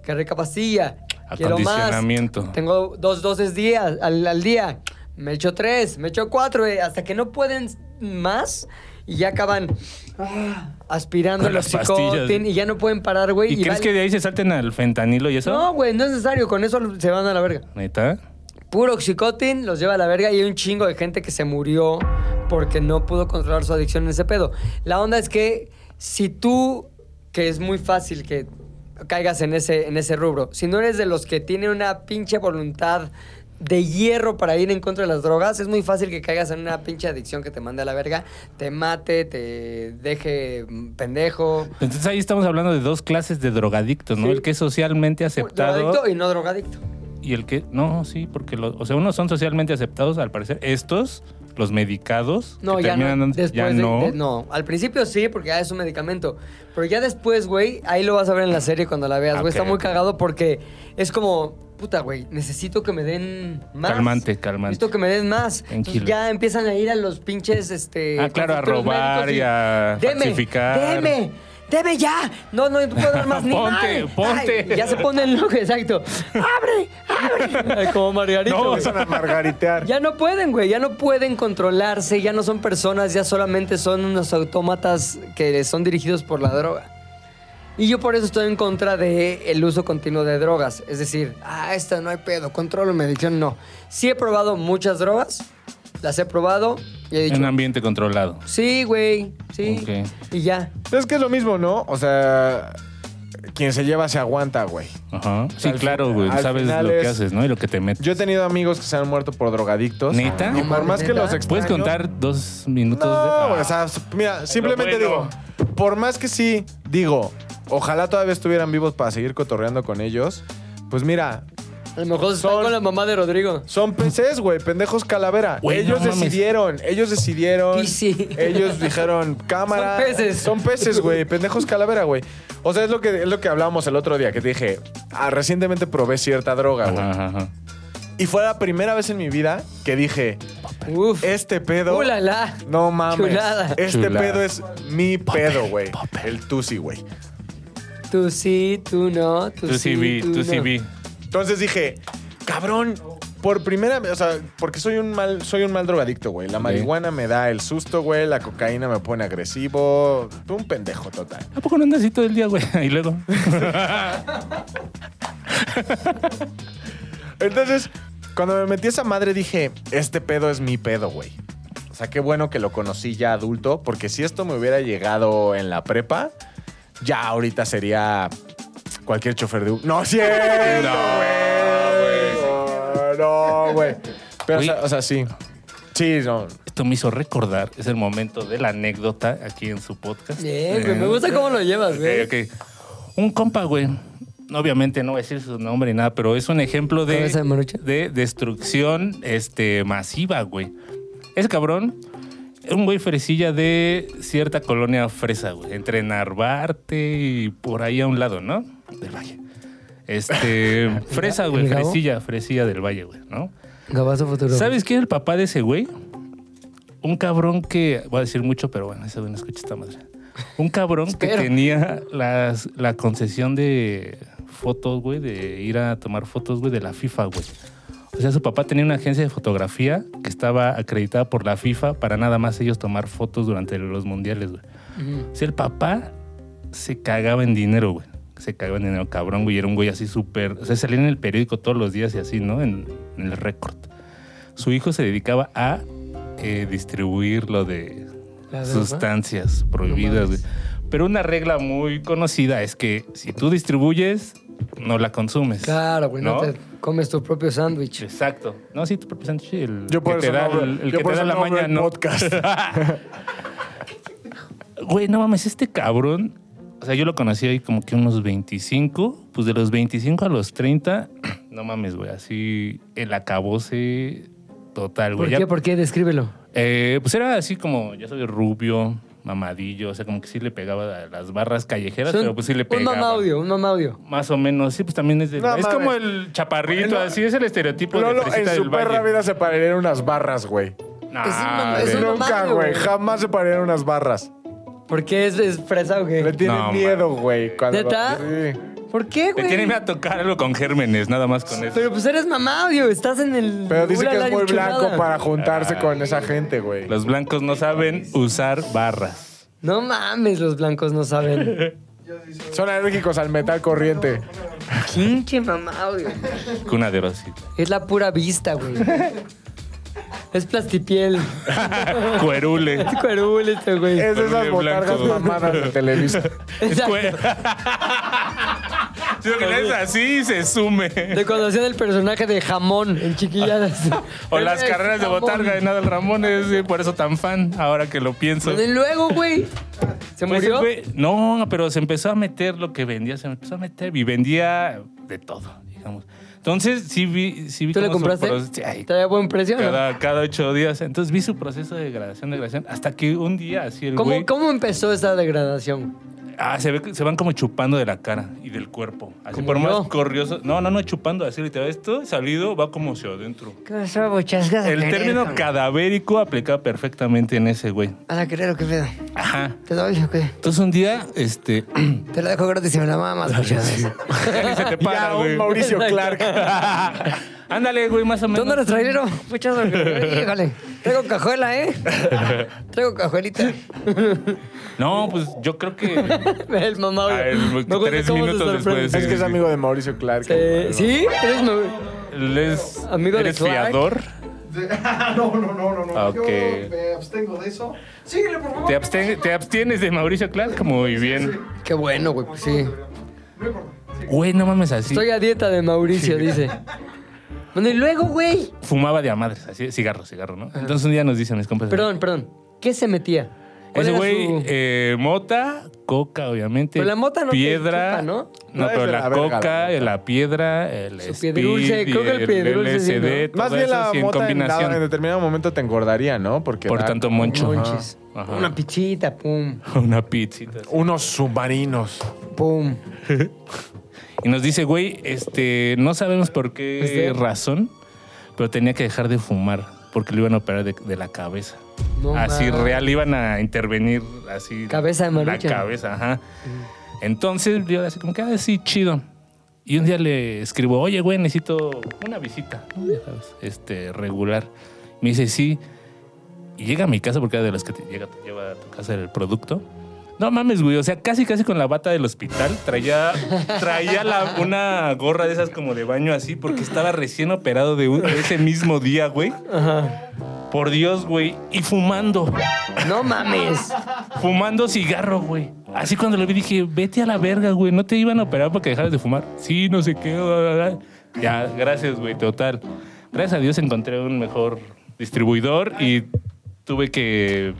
Qué rica pastilla. Quiero más. Acondicionamiento. Tengo dos dosis días al, al día. Me echo tres, me echo cuatro. eh, hasta que no pueden más y ya acaban ah, aspirando Con los las pastillas. psicotin y ya no pueden parar, güey. ¿Y, crees vale- que de ahí se salten al fentanilo y eso? No, güey, no es necesario. Con eso se van a la verga. ¿Neta? Puro oxicotin los lleva a la verga y hay un chingo de gente que se murió porque no pudo controlar su adicción en ese pedo. La onda es que si tú, que es muy fácil que caigas en ese, en ese rubro, si no eres de los que tiene una pinche voluntad de hierro para ir en contra de las drogas, es muy fácil que caigas en una pinche adicción que te mande a la verga, te mate, te deje mm, pendejo. Entonces ahí estamos hablando de dos clases de drogadictos, ¿no? Sí. El que es socialmente aceptado Drogadicto y no drogadicto. y el que no, sí, porque los, o sea, unos son socialmente aceptados al parecer, estos los medicados No, que ya no. terminan- Después ya de- no. de- no, al principio sí, porque ya es un medicamento. Pero ya después, güey, ahí lo vas a ver en la serie cuando la veas, Ah, güey. Está ok, muy ok. cagado porque es como, puta, güey, necesito que me den más. Calmante, calmante. Necesito que me den más. Tranquilo. Entonces ya empiezan a ir a los pinches, este... Ah, claro, a consultorios robar médicos y a "Deme, falsificar". Deme, deme ya. No, no, no puedo dar más ni Ponte, madre. ponte. Ay, ya se ponen loco, exacto. ¡Abre, abre! Ay, Como Margarito, No, güey. Empiezan a margaritear. Ya no pueden, güey, ya no pueden controlarse, ya no son personas, ya solamente son unos autómatas que son dirigidos por la droga. Y yo por eso estoy en contra del el uso continuo de drogas. Es decir, ah, esta no hay pedo, controlo mi adicción, no. Sí he probado muchas drogas, las he probado y he En dicho, un ambiente controlado. sí, güey, sí. Ok. Y ya. Es que es lo mismo, ¿no? O sea, quien se lleva se aguanta, güey. Ajá. Sí, Al claro, fin- güey. al Sabes final lo que es- haces, ¿no? Y lo que te metes. Yo he tenido amigos que se han muerto por drogadictos. ¿Neta? Y por más que los ¿Neta? extraño... ¿Puedes contar dos minutos? de- No, Ah. o sea, mira, simplemente bueno. digo, por más que sí, digo, ojalá todavía estuvieran vivos para seguir cotorreando con ellos. Pues mira, A lo mejor están Son- con la mamá de Rodrigo. son peces, güey, pendejos calavera. Güey, ellos no mames. decidieron, ellos decidieron. Y sí. Ellos dijeron, cámara. Son peces. Son peces, güey, pendejos calavera, güey. O sea, es lo que es lo que hablábamos el otro día, que te dije, ah, recientemente probé cierta droga, Ajá, güey. ajá, ajá. Y fue la primera vez en mi vida que dije, Uf. este pedo. ¡Uh, la, la! No mames. Chulada. Este Chulada. pedo es mi pedo, güey. El Tusi, güey. Tú sí, tú no, tú, Tú sí vi, tú sí no. vi. Entonces dije, cabrón, por primera vez, o sea, porque soy un mal, soy un mal drogadicto, güey. La marihuana me da el susto, güey. La cocaína me pone agresivo. Un pendejo total. ¿A poco no andas así todo el día, güey? Y luego. Entonces, cuando me metí esa madre, dije, este pedo es mi pedo, güey. O sea, qué bueno que lo conocí ya adulto, porque si esto me hubiera llegado en la prepa, ya ahorita sería cualquier chofer de Uber. ¡No, es cierto, güey! No, güey. Pero, o sea, Güey. o sea, sí. Sí, no. Esto me hizo recordar. Es el momento de la anécdota aquí en su podcast. Bien, güey, Eh, me gusta cómo lo llevas, Ok, güey. ok. Un compa, güey. Obviamente no voy a decir su nombre ni nada, pero es un ejemplo de, ¿Cabeza de marucha? de destrucción este, masiva, güey. Ese cabrón era un güey fresilla de cierta colonia fresa, güey. Entre Narvarte y por ahí a un lado, ¿no? Del Valle. Este, fresa, güey, ¿El Gabo? fresilla, fresilla del Valle, güey, ¿no? Gabazo futuro. ¿Sabes quién es el papá de ese güey? Un cabrón que. Voy a decir mucho, pero bueno, ese güey no escucha esta madre. Un cabrón que Espero. tenía las, la concesión de fotos, güey, de ir a tomar fotos, güey, de la FIFA, güey. O sea, su papá tenía una agencia de fotografía que estaba acreditada por la FIFA para nada más ellos tomar fotos durante los mundiales, güey. O sea, el papá se cagaba en dinero, güey. Se cagaba en dinero, cabrón, güey. Era un güey así súper. O sea, salía en el periódico todos los días y así, ¿no? En, en el récord. Su hijo se dedicaba a eh, distribuir lo de La droga. sustancias prohibidas, güey. Pero una regla muy conocida es que si tú distribuyes, no la consumes. Claro, güey, no, te comes tu propio sándwich. Exacto. No, sí, tu propio sándwich, el Yo por que te eso da, no abro- el, el yo que por te da eso la no abro maña, el ¿no? podcast. Güey, no mames, este cabrón. O sea, yo lo conocí ahí como que unos 25. Pues de los 25 a los 30, no mames, güey. Así el acabose total, ¿Por güey. Ya- qué? ¿Por qué? Descríbelo. eh, pues era así como, ya sabes, rubio, mamadillo. O sea, como que sí le pegaba a las barras callejeras, Son- pero pues sí le un pegaba. mamá audio, un mamá audio. Más o menos, sí, pues también es del- No Es mames. como el chaparrito, No. así es el estereotipo de Lolo en fresita del su perra valle. vida se pararían unas barras, güey. Nah, Es un mamá- es güey. un mamá- Nunca, mames, güey. güey. Jamás se pararían unas barras. ¿Por qué es, es fresa o Le qué? tienen No, miedo, güey. cuando- ¿Neta? Sí. ¿Por qué, Te güey? tienen a tocar algo con gérmenes, nada más con eso. Pero pues eres mamá audio, estás en el... Pero dice que Ulala, es muy chulada. blanco para juntarse Ah. con esa gente, güey. Los blancos no saben usar barras. No mames, los blancos no saben. Son alérgicos al metal corriente. Pinche mamá audio. Cuna de Rosy. Es la pura vista, güey. Es plastipiel. Cuerule. Es cuerul este, güey. Es de Con un esas blanco. botargas mamadas de Televisa. Es Exacto. cue- Si lo que le haces así y se sume. De cuando hacían el personaje de jamón en chiquilladas. O las Es carreras de jamón. botarga de Nadal Ramón, es eh, por eso tan fan, ahora que lo pienso. Y luego, güey. ¿Se Pues, murió? güey, no, pero se empezó a meter lo que vendía, se empezó a meter y vendía de todo, digamos. Entonces, sí vi, sí vi ¿Tú le cómo su compraste? proce- Sí, ay, ¿Traía buen precio? o no? cada, cada ocho días. Entonces vi su proceso de degradación, degradación, hasta que un día así el ¿Cómo, güey... ¿Cómo empezó esa degradación? Ah, se, ve que se van como chupando de la cara y del cuerpo. Así Como por más yo. corrioso. No, no, no, chupando así. Literal, esto salido va como hacia adentro. ¿Qué pasó, bochascas? El término cadavérico aplica perfectamente en ese güey. A la querer, ¿qué pedo? Ajá. ¿Te doy o qué? Entonces un día, este... Te la dejo gratis y me la mamas, bochascas. ya ni se te para, Ya un güey. Mauricio Clark. Ándale, güey, más o menos. ¿Dónde eres trailero? Bochascas. Híjole. Traigo cajuela, ¿eh? Traigo cajuelita. No, pues yo creo que... El mamá, A ver, güey. Me gusta Ah, tres cómo se minutos sorprende. después, Es que es sí. amigo de Mauricio Clark. Eh, ¿Sí? ¿Eres mi- ¿Eres, Amigo de ¿eres Clark. fiador? no, no, no, no, Ah, no. Ok. Yo me abstengo de eso. Síguele, por favor. ¿Te, absten- te abstienes de Mauricio Clark? Muy bien. Qué bueno, güey, pues sí. No importa. Sí. Güey, no mames así. Estoy a dieta de Mauricio, dice. Bueno, y luego, güey. Fumaba de a madres, así, cigarro, cigarro, ¿no? Entonces un día nos dicen mis compas... Perdón, perdón. ¿Qué se metía? ¿Cuál Ese era güey, su- eh, mota, coca, obviamente. Pero la mota no te piedra, chupa, ¿no? No, No, es pero de la, la verga, la coca, mota. la piedra, el Su speed, piedrulce, y creo que el el piedrulce, sí, LSD, ¿no? todo Más bien eso, la sí, en mota en, combinación. en determinado momento te engordaría, ¿no? Porque por da tanto como moncho. Monchis. Ajá. Una pichita, pum, Una pizzita. así. Unos submarinos. pum. Y nos dice, güey, este, no sabemos por qué Este. razón, pero tenía que dejar de fumar porque lo iban a operar de, de la cabeza. No así mames. real iban a intervenir así. Cabeza de La marucha. Mm. cabeza, ajá. Entonces yo así como que ah, sí, chido. Y un día le escribo, oye, güey, necesito una visita, ¿no? Ya sabes, este, regular. Me dice, sí. Y llega a mi casa porque era de las que te llega, te lleva a tu casa el producto. No mames, güey. O sea, casi, casi con la bata del hospital. Traía, traía la- una gorra de esas como de baño así porque estaba recién operado de, un- de ese mismo día, güey. Por Dios, güey. Y fumando. No mames. Fumando cigarro, güey. Así cuando lo vi dije, vete a la verga, güey. No te iban a operar porque dejaras de fumar. Sí, no sé qué. bla, bla, bla. Ya, gracias, güey. Total. Gracias a Dios encontré un mejor distribuidor y tuve que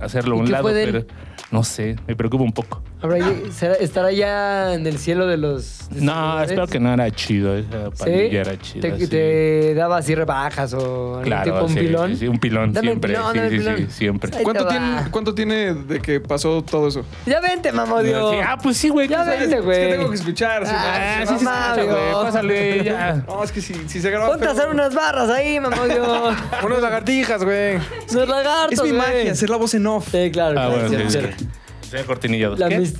hacerlo a ¿Y un qué lado. fue de él? Pero no sé, me preocupa un poco. Habrá lleg- será- ¿Estará ya en el cielo de los... No, espero que no era chido. Esa ¿Sí? pandilla era chida. ¿Te, sí. te daba así rebajas o algún Claro, tipo un sí, pilón? sí, sí, un pilón Dame el siempre, pilón, sí, dame el sí, sí, pilón. siempre. Ahí te ¿Cuánto va. tiene, ¿Cuánto tiene de que pasó todo eso? Ya vente, mamá Dios. Sí, Ah, pues sí, güey. Ya pásale. vente, güey. Es que tengo que escuchar. si no, Ah, si sí, no- sí, Pásale, Mario. güey, Pásale, ya. No, es que si, si se graba. Ponte a feo- hacer unas barras ahí, mamá Dios. Unas lagartijas, güey. Los lagartos, Es mi güey. magia, hacer la voz en off. Sí, claro. Ah, claro, bueno, cierto, sí, cierto. sí. Sea cortinillado. La ¿Qué? mis-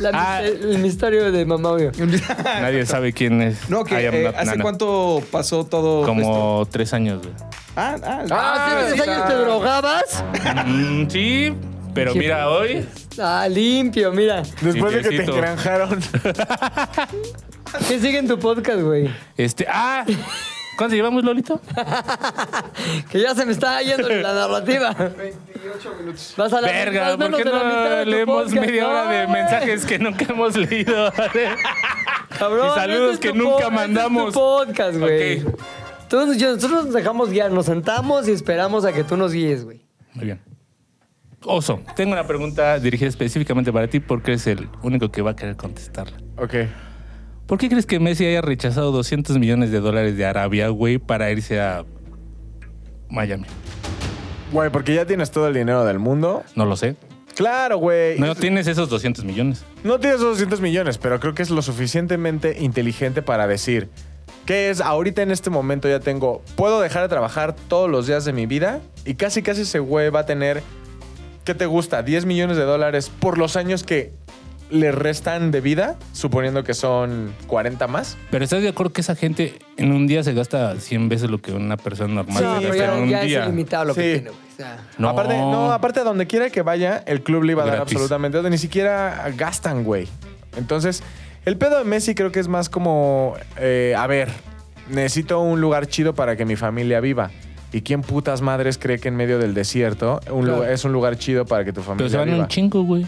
la Ah. mis- El misterio de mamá Dios. Nadie sabe quién es. No, que I am eh, not ¿hace Nana. cuánto pasó todo esto? Como tres años, güey. Ah, ah, Ah, ¿hace tres está. años te drogabas? Mm, sí, pero Sí, mira, pero- hoy. Ah, limpio, mira. Después de que te Limpiecito. engranjaron. ¿Qué sigue en tu podcast, güey? Este. ¡Ah! ¿Cuánto llevamos, Lolito? Que ya se me está yendo la narrativa. 28 minutos. Vas a la Verga, vas menos ¿por de qué la mitad de no tu leemos podcast? media hora No, de güey. mensajes que nunca hemos leído? Cabrón, y saludos ese es que tu nunca po- ese es tu mandamos? podcast, güey. Ok. Entonces, yo- nosotros nos dejamos guiar, nos sentamos y esperamos a que tú nos guíes, güey. Muy bien. Oso, tengo una pregunta dirigida específicamente para ti porque eres el único que va a querer contestarla. ok. ¿Por qué crees que Messi haya rechazado 200 millones de dólares de Arabia, güey, para irse a Miami? Güey, porque ya tienes todo el dinero del mundo. No lo sé. Claro, Eh, güey. No tienes esos 200 millones. No tienes 200 millones, pero creo que es lo suficientemente inteligente para decir que es ahorita en este momento ya tengo, puedo dejar de trabajar todos los días de mi vida y casi casi ese güey va a tener, ¿qué te gusta? 10 millones de dólares por los años que le restan de vida, suponiendo que son 40 más. Pero ¿estás de acuerdo que esa gente en un día se gasta 100 veces lo que una persona normal No, se pero gasta ya, en un ya día? es ilimitado lo que Sí. tiene, güey. O sea, No. Aparte, no, aparte a donde quiera que vaya, el club le iba a dar Gratis. absolutamente todo. Ni siquiera gastan, güey. Entonces, el pedo de Messi creo que es más como, eh, a ver, necesito un lugar chido para que mi familia viva. ¿Y quién putas madres cree que en medio del desierto un lu- Claro. es un lugar chido para que tu familia Pero se van viva? un chingo, güey.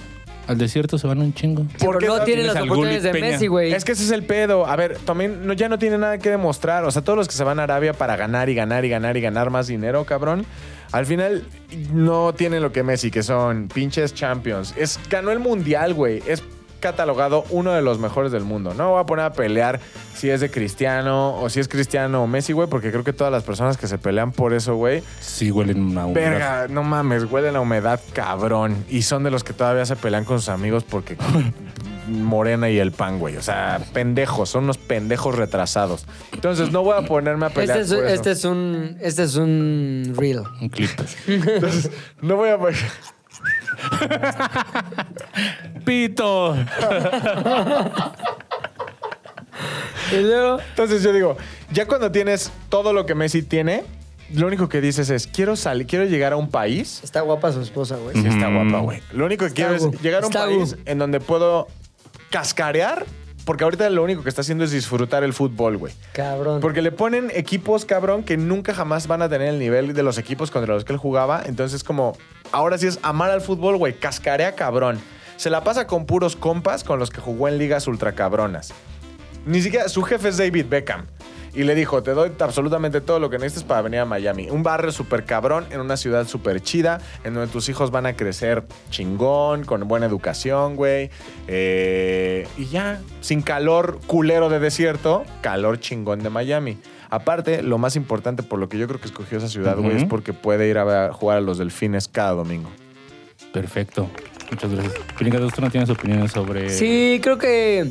Al desierto se van un chingo. ¿Por qué Pero no tienen no tienes las al oportunidades de Gullit Peña? Messi, güey. Es que ese es el pedo. A ver, también no, ya no tiene nada que demostrar. O sea, todos los que se van a Arabia para ganar y ganar y ganar y ganar más dinero, cabrón. Al final no tiene lo que Messi, que son pinches champions. Es, ganó el mundial, güey. Es catalogado uno de los mejores del mundo. No me voy a poner a pelear si es de Cristiano o si es Cristiano o Messi, güey, porque creo que todas las personas que se pelean por eso, güey, Sí, huelen a un Verga, no mames, huele la humedad cabrón. Y son de los que todavía se pelean con sus amigos porque Morena y el pan, güey. O sea, pendejos, son unos pendejos retrasados. Entonces no voy a ponerme a pelear Este es, por eso. este es un. Este es un reel. Un clip. Entonces, no voy a poner- ¡Pito! Y luego. Entonces yo digo, ya cuando tienes todo lo que Messi tiene, lo único que dices es, quiero salir, quiero llegar a un país. Está guapa su esposa, güey. Mm. Sí está guapa, güey. Lo único que quiero gu- es llegar a un está país gu- en donde puedo cascarear, porque ahorita lo único que está haciendo es disfrutar el fútbol, güey. Cabrón. Porque le ponen equipos, cabrón, que nunca jamás van a tener el nivel de los equipos contra los que él jugaba. Entonces, como, ahora sí es amar al fútbol, güey, cascarea cabrón. Se la pasa con puros compas con los que jugó en ligas ultra cabronas. Ni siquiera su jefe es David Beckham. Y le dijo, te doy absolutamente todo lo que necesites para venir a Miami. Un barrio súper cabrón, en una ciudad súper chida, en donde tus hijos van a crecer chingón, con buena educación, güey. Eh, y ya, sin calor culero de desierto, calor chingón de Miami. Aparte, lo más importante por lo que yo creo que escogió esa ciudad, güey, Ujú. es porque puede ir a ver- jugar a los delfines cada domingo. Perfecto. Muchas gracias. Pringados, tú no tienes opiniones sobre. Sí, creo que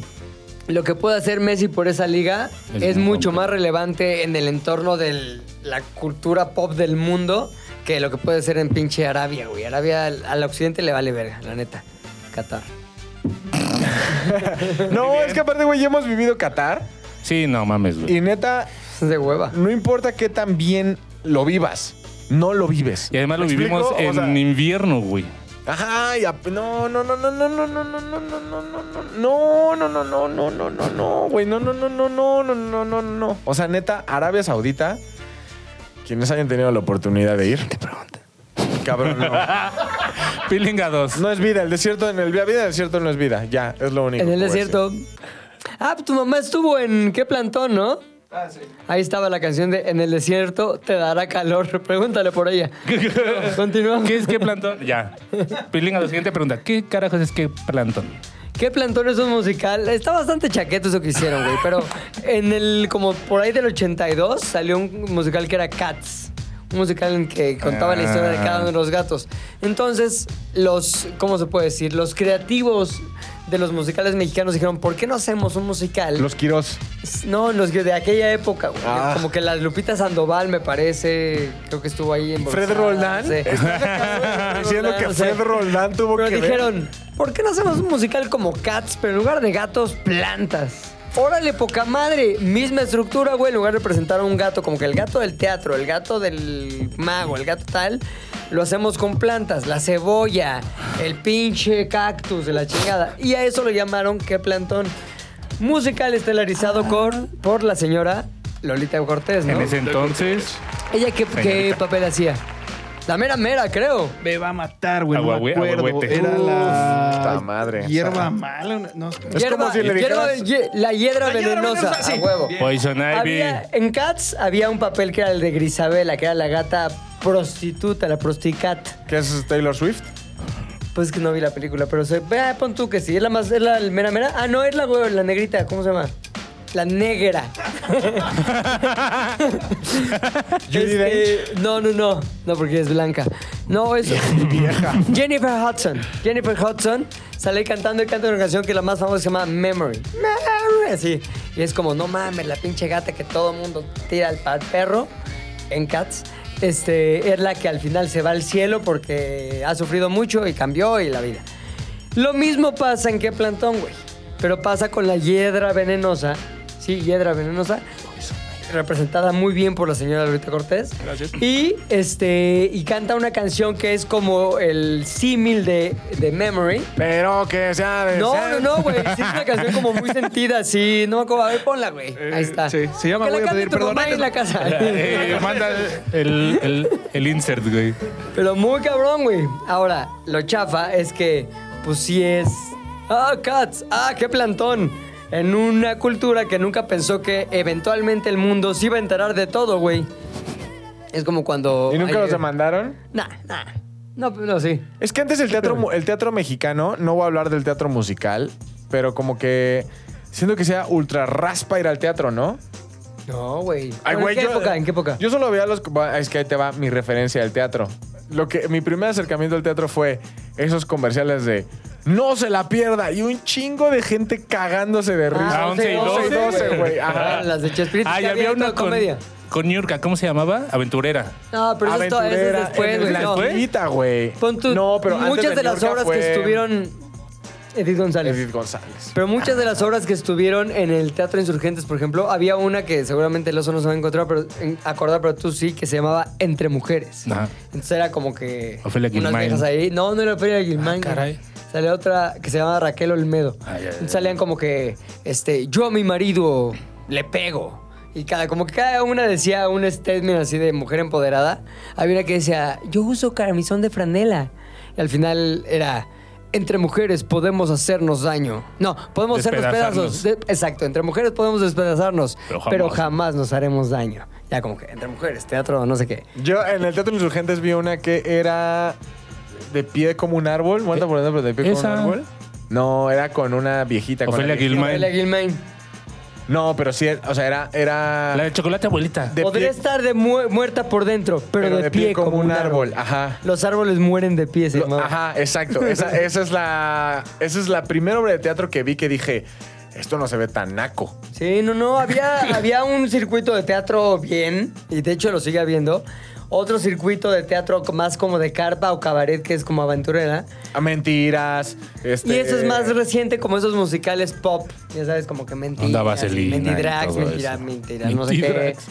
lo que puede hacer Messi por esa liga Es es, muy mucho complejo. más relevante en el entorno de la cultura pop del mundo que lo que puede ser en pinche Arabia, güey. Arabia al, al occidente le vale verga, la neta. Qatar. No, es que aparte, güey, ya hemos vivido Qatar. Sí, no mames, güey. Y neta, Es de hueva. no importa qué tan bien lo vivas, no lo vives. Y además lo ¿Me vivimos explico? en O sea, invierno, güey. Ajá, y ap- no, no, no, no, no, no, no, no, no, no, no, no, no, no, no, no, no, no, no, no, güey, no, no, no, no, no, no, no, no, no. O sea, neta, Arabia Saudita, quienes hayan tenido la oportunidad de ir. Te pregunto. Cabrón, no. Pilingados. No es vida, el desierto en el vida, vida en el desierto no es vida, ya, es lo único. En el que voy a desierto. Ah, tu mamá estuvo en qué plantón, ¿no? Ah, sí. Ahí estaba la canción de En el desierto te dará calor. Pregúntale por ella. Continuamos. ¿Qué es qué plantón? Ya. Pilingados, siguiente pregunta. ¿Qué carajos es qué plantón? ¿Qué plantón es un musical? Está bastante chaqueto eso que hicieron, güey. Pero en el, como por ahí del 82, salió un musical que era Cats. Un musical en que contaba la historia de cada uno de los gatos. Entonces, los, ¿cómo se puede decir? Los creativos de los musicales mexicanos dijeron, ¿por qué no hacemos un musical? decir. Los Quirós. No, los que de aquella época, güey. Ah. Como que la Lupita Sandoval, me parece, creo que estuvo ahí en Fred Roldán. Diciendo que Fred Roldán tuvo pero que ver. dijeron, ¿por qué no hacemos un musical como Cats, pero en lugar de gatos, plantas? Órale, poca madre. Misma estructura, güey. En lugar de presentar a un gato, como que el gato del teatro, el gato del mago, el gato tal, lo hacemos con plantas. La cebolla, el pinche cactus de la chingada. Y a eso lo llamaron qué plantón. Musical estelarizado cor- por la señora Lolita Cortés, ¿no? Ah. En ese entonces. ¿Ella qué, qué Señorita. papel hacía? La mera mera, creo. Me va a matar, güey. No me Aguahue- acuerdo. aguahuete. Era Uf, la. puta madre. Hierba mala. una- No, espera. Es como si le dijeras- hierba- la hiedra La hiedra venenosa, venenosa, sí. a huevo. Bien. Poison Ivy. Había- en Cats había un papel que era el de Grisabela, que era la gata prostituta, la prosticat. ¿Qué es Taylor Swift? Pues es que no vi la película, pero se, ah, pon tú que sí, es la más, es la mera mera. Ah, no, es la güey, la negrita, ¿cómo se llama? La negra. Judi Este, no, no, no, no, porque es blanca. No, es Vieja. Jennifer Hudson. Jennifer Hudson sale cantando y canta una canción que es la más famosa que se llama Memory. Memory, así. Y es como, no mames, la pinche gata que todo mundo tira al pa- perro en Cats. Este, es la que al final se va al cielo porque ha sufrido mucho y cambió y la vida. Lo mismo pasa en qué plantón, güey. Pero pasa con la hiedra venenosa. Sí, hiedra venenosa. Representada muy bien por la señora Lolita Cortés. Gracias. Y, este, y canta una canción que es como el símil de, de Memory. Pero que sea de No, ser. no, no, güey. Sí, es una canción como muy sentida, así. No, como, a ver, ponla, güey. Eh, Ahí está. sí, se llama Que Voy la a cante pedir tu perdón mamá antes- en la casa. Eh, manda el, el- el insert, güey. eh. Pero muy cabrón, güey. Ahora, lo chafa es que pues sí es. ¡Ah, Cats! ¡Ah, qué plantón! En una cultura que nunca pensó que eventualmente el mundo se iba a enterar de todo, güey. Es como cuando. ¿Y nunca ay, los eh, demandaron? Nah, nah. No, pues, no, sí. Es que antes el teatro, mu- el teatro mexicano, no voy a hablar del teatro musical, pero como que siento que sea ultra raspa ir al teatro, ¿no? No, güey. Ay, ¿En güey, qué yo- época? ¿En qué época? Yo solo veía los. va, Es que ahí te va mi referencia al teatro. Lo que, mi primer acercamiento al teatro fue esos comerciales de no se la pierda y un chingo de gente cagándose de risa. Ah, 11 y 12, 12, güey. Ajá. Las de Chespirito. Ah, que y había una toda con, comedia. con Niurka, ¿cómo se llamaba? Aventurera. No, pero eso, esto- eso es Aventurera, después, en güey. la no. escuelita, güey. Pon tú- no, pero antes muchas de, las Niurka obras fue que estuvieron. Edith González. Edith González. Pero muchas de las obras que estuvieron en el Teatro Insurgentes, por ejemplo, había una que seguramente el oso no se va a encontrar, pero en- acordar, pero tú sí, que se llamaba Entre Mujeres. Ajá. Entonces era como que Ofelia unas Guilmain. viejas ahí. No, no era Ofelia Guilmain. caray. güey. Salía otra que se llamaba Raquel Olmedo. Ay, ay, ay. Entonces salían como que este, yo a mi marido le pego. Y cada, como que cada una decía un statement así de mujer empoderada. Había una que decía, yo uso camisón de franela. Y al final era, entre mujeres podemos hacernos daño. No, podemos hacernos pedazos. Despedazarnos. De- exacto, entre mujeres podemos despedazarnos, Pero jamás. pero jamás nos haremos daño. Ya como que entre mujeres, teatro, no sé qué. Yo en el Teatro Insurgentes vi una que era de pie como un árbol, muerta Eh, por dentro, pero de pie esa. como un árbol. No, era con una viejita. con Ofelia la viejita. Guilmain. Ofelia Guilmain. No, pero sí, o sea, era... era La de chocolate abuelita. de Podría pie- estar Ah. de mu- muerta por dentro, pero, de, pie, como, un árbol. Ajá. Los árboles mueren de pie, se Lo- llamaba. ajá, exacto. Esa, esa es la, esa es la primera obra de teatro que vi que dije, esto no se ve tan naco. Sí, no, no, había, había un circuito de teatro bien, y de hecho lo sigue habiendo. Otro circuito de teatro más como de carpa o cabaret, que es como aventurera. A Ah, mentiras. Este, Y eso es más reciente, como esos musicales pop. Ya sabes, como que mentiras. Onda vaselina y Mentidrags, todo mentira, eso. mentiras, no sé qué. Mentidrags.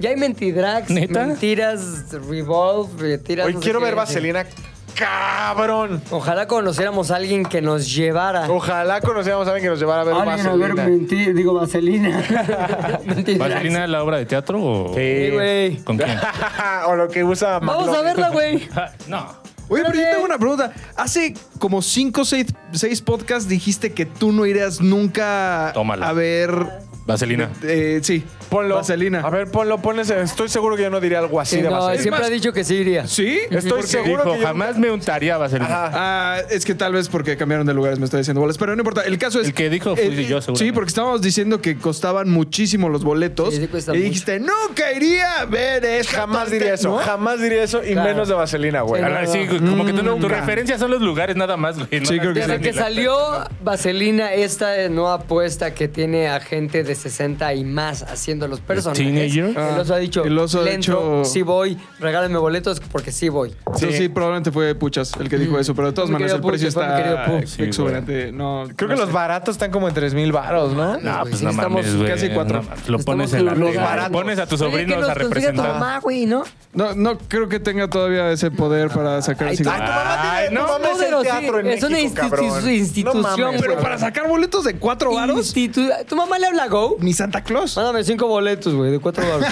Ya hay mentidrags, ¿Neta? mentiras, revolve, mentiras. Hoy no sé quiero qué, ver sí. Vaselina, cabrón. Ojalá conociéramos a alguien que nos llevara. Ojalá conociéramos a alguien que nos llevara a ver Alguien a ver Vaselina. menti- digo vaselina. Mentidrags. ¿Vaselina la obra de teatro o Sí, güey. con quién? o lo que usa Vamos a McLovin. verla, güey. Ah, no. Oye, pero yo tengo una pregunta. Hace como cinco o seis, seis podcasts dijiste que tú no irías nunca Tómala. a ver. Vaselina. eh, sí, Ponlo. Vaselina. A ver, ponlo, ponles. Estoy seguro que yo no diría algo así de no, Vaselina. siempre ha dicho que sí iría. ¿Sí? Estoy seguro Dijo, que yo- jamás me untaría Vaselina. Ah, es que tal vez porque cambiaron de lugares me estoy diciendo bolas, pero no importa. El caso es. eh, El que dijo fui yo, seguramente. Sí, porque estábamos diciendo que costaban muchísimo los boletos. Sí, sí cuesta y dijiste, nunca iría a ver eso. Jamás diría eso. Jamás diría eso y Claro. menos de Vaselina, güey. Sí, Ah, sí, como que tú Mm, no- tu Nunca. referencia son los lugares nada más, güey. Sí, No creo que las- Desde sí. que salió Vaselina, esta nueva apuesta que tiene a gente de 60 y más haciendo los Ah. personajes. teenagers? El oso ha dicho, El oso ha le entro, dicho- sí voy, regálenme boletos porque sí voy. Sí. sí, probablemente fue Puchas el que dijo eso, pero de todas Mm. Mi maneras el querido precio Puchas, fue mi está querido Puch. Sí, exuberante. No, Creo no que los sé. baratos están como en 3 mil baros, ¿no? No, güey, pues sí, no mames, estamos güey. casi cuatro. No, lo pones en la Estamos tele, baratos. Pones a tus Oye, que sobrinos nos a consiga tu representar. mamá, güey, ¿no? No, no creo que tenga todavía ese poder para sacar Ay, así- ay, Ay, no, no, es el Poderoso, teatro en es una México, institu- cabrón. No institución, mames, pero Pero para sacar boletos de cuatro varos, Institu- ¿Tu mamá le habla a Go? ni Santa Claus. Mándame cinco boletos, güey, de cuatro baros.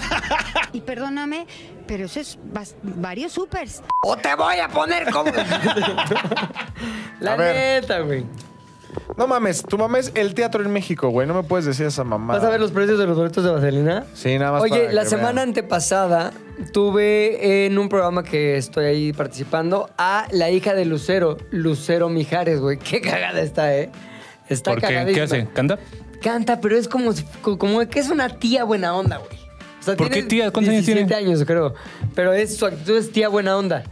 Y perdóname, pero eso es bas- varios supers. ¡O te voy a poner como! la A ver. neta, güey. No mames, tu mames el teatro en México, güey. No me puedes decir esa mamá. ¿Vas a ver los precios de los boletos de Vaselina? Sí, nada más para Oye, la que semana vean. antepasada tuve en un programa que estoy ahí participando a la hija de Lucero, Lucero Mijares, güey. Qué cagada está, ¿eh? Está ¿Por qué? ¿Qué cagadísima. hace? ¿Canta? Canta, pero es como, si- co- como que es una tía buena onda, güey. O sea, ¿Por qué tía? ¿Cuántos años tiene? 17 años, creo. Pero es, su actitud es tía buena onda.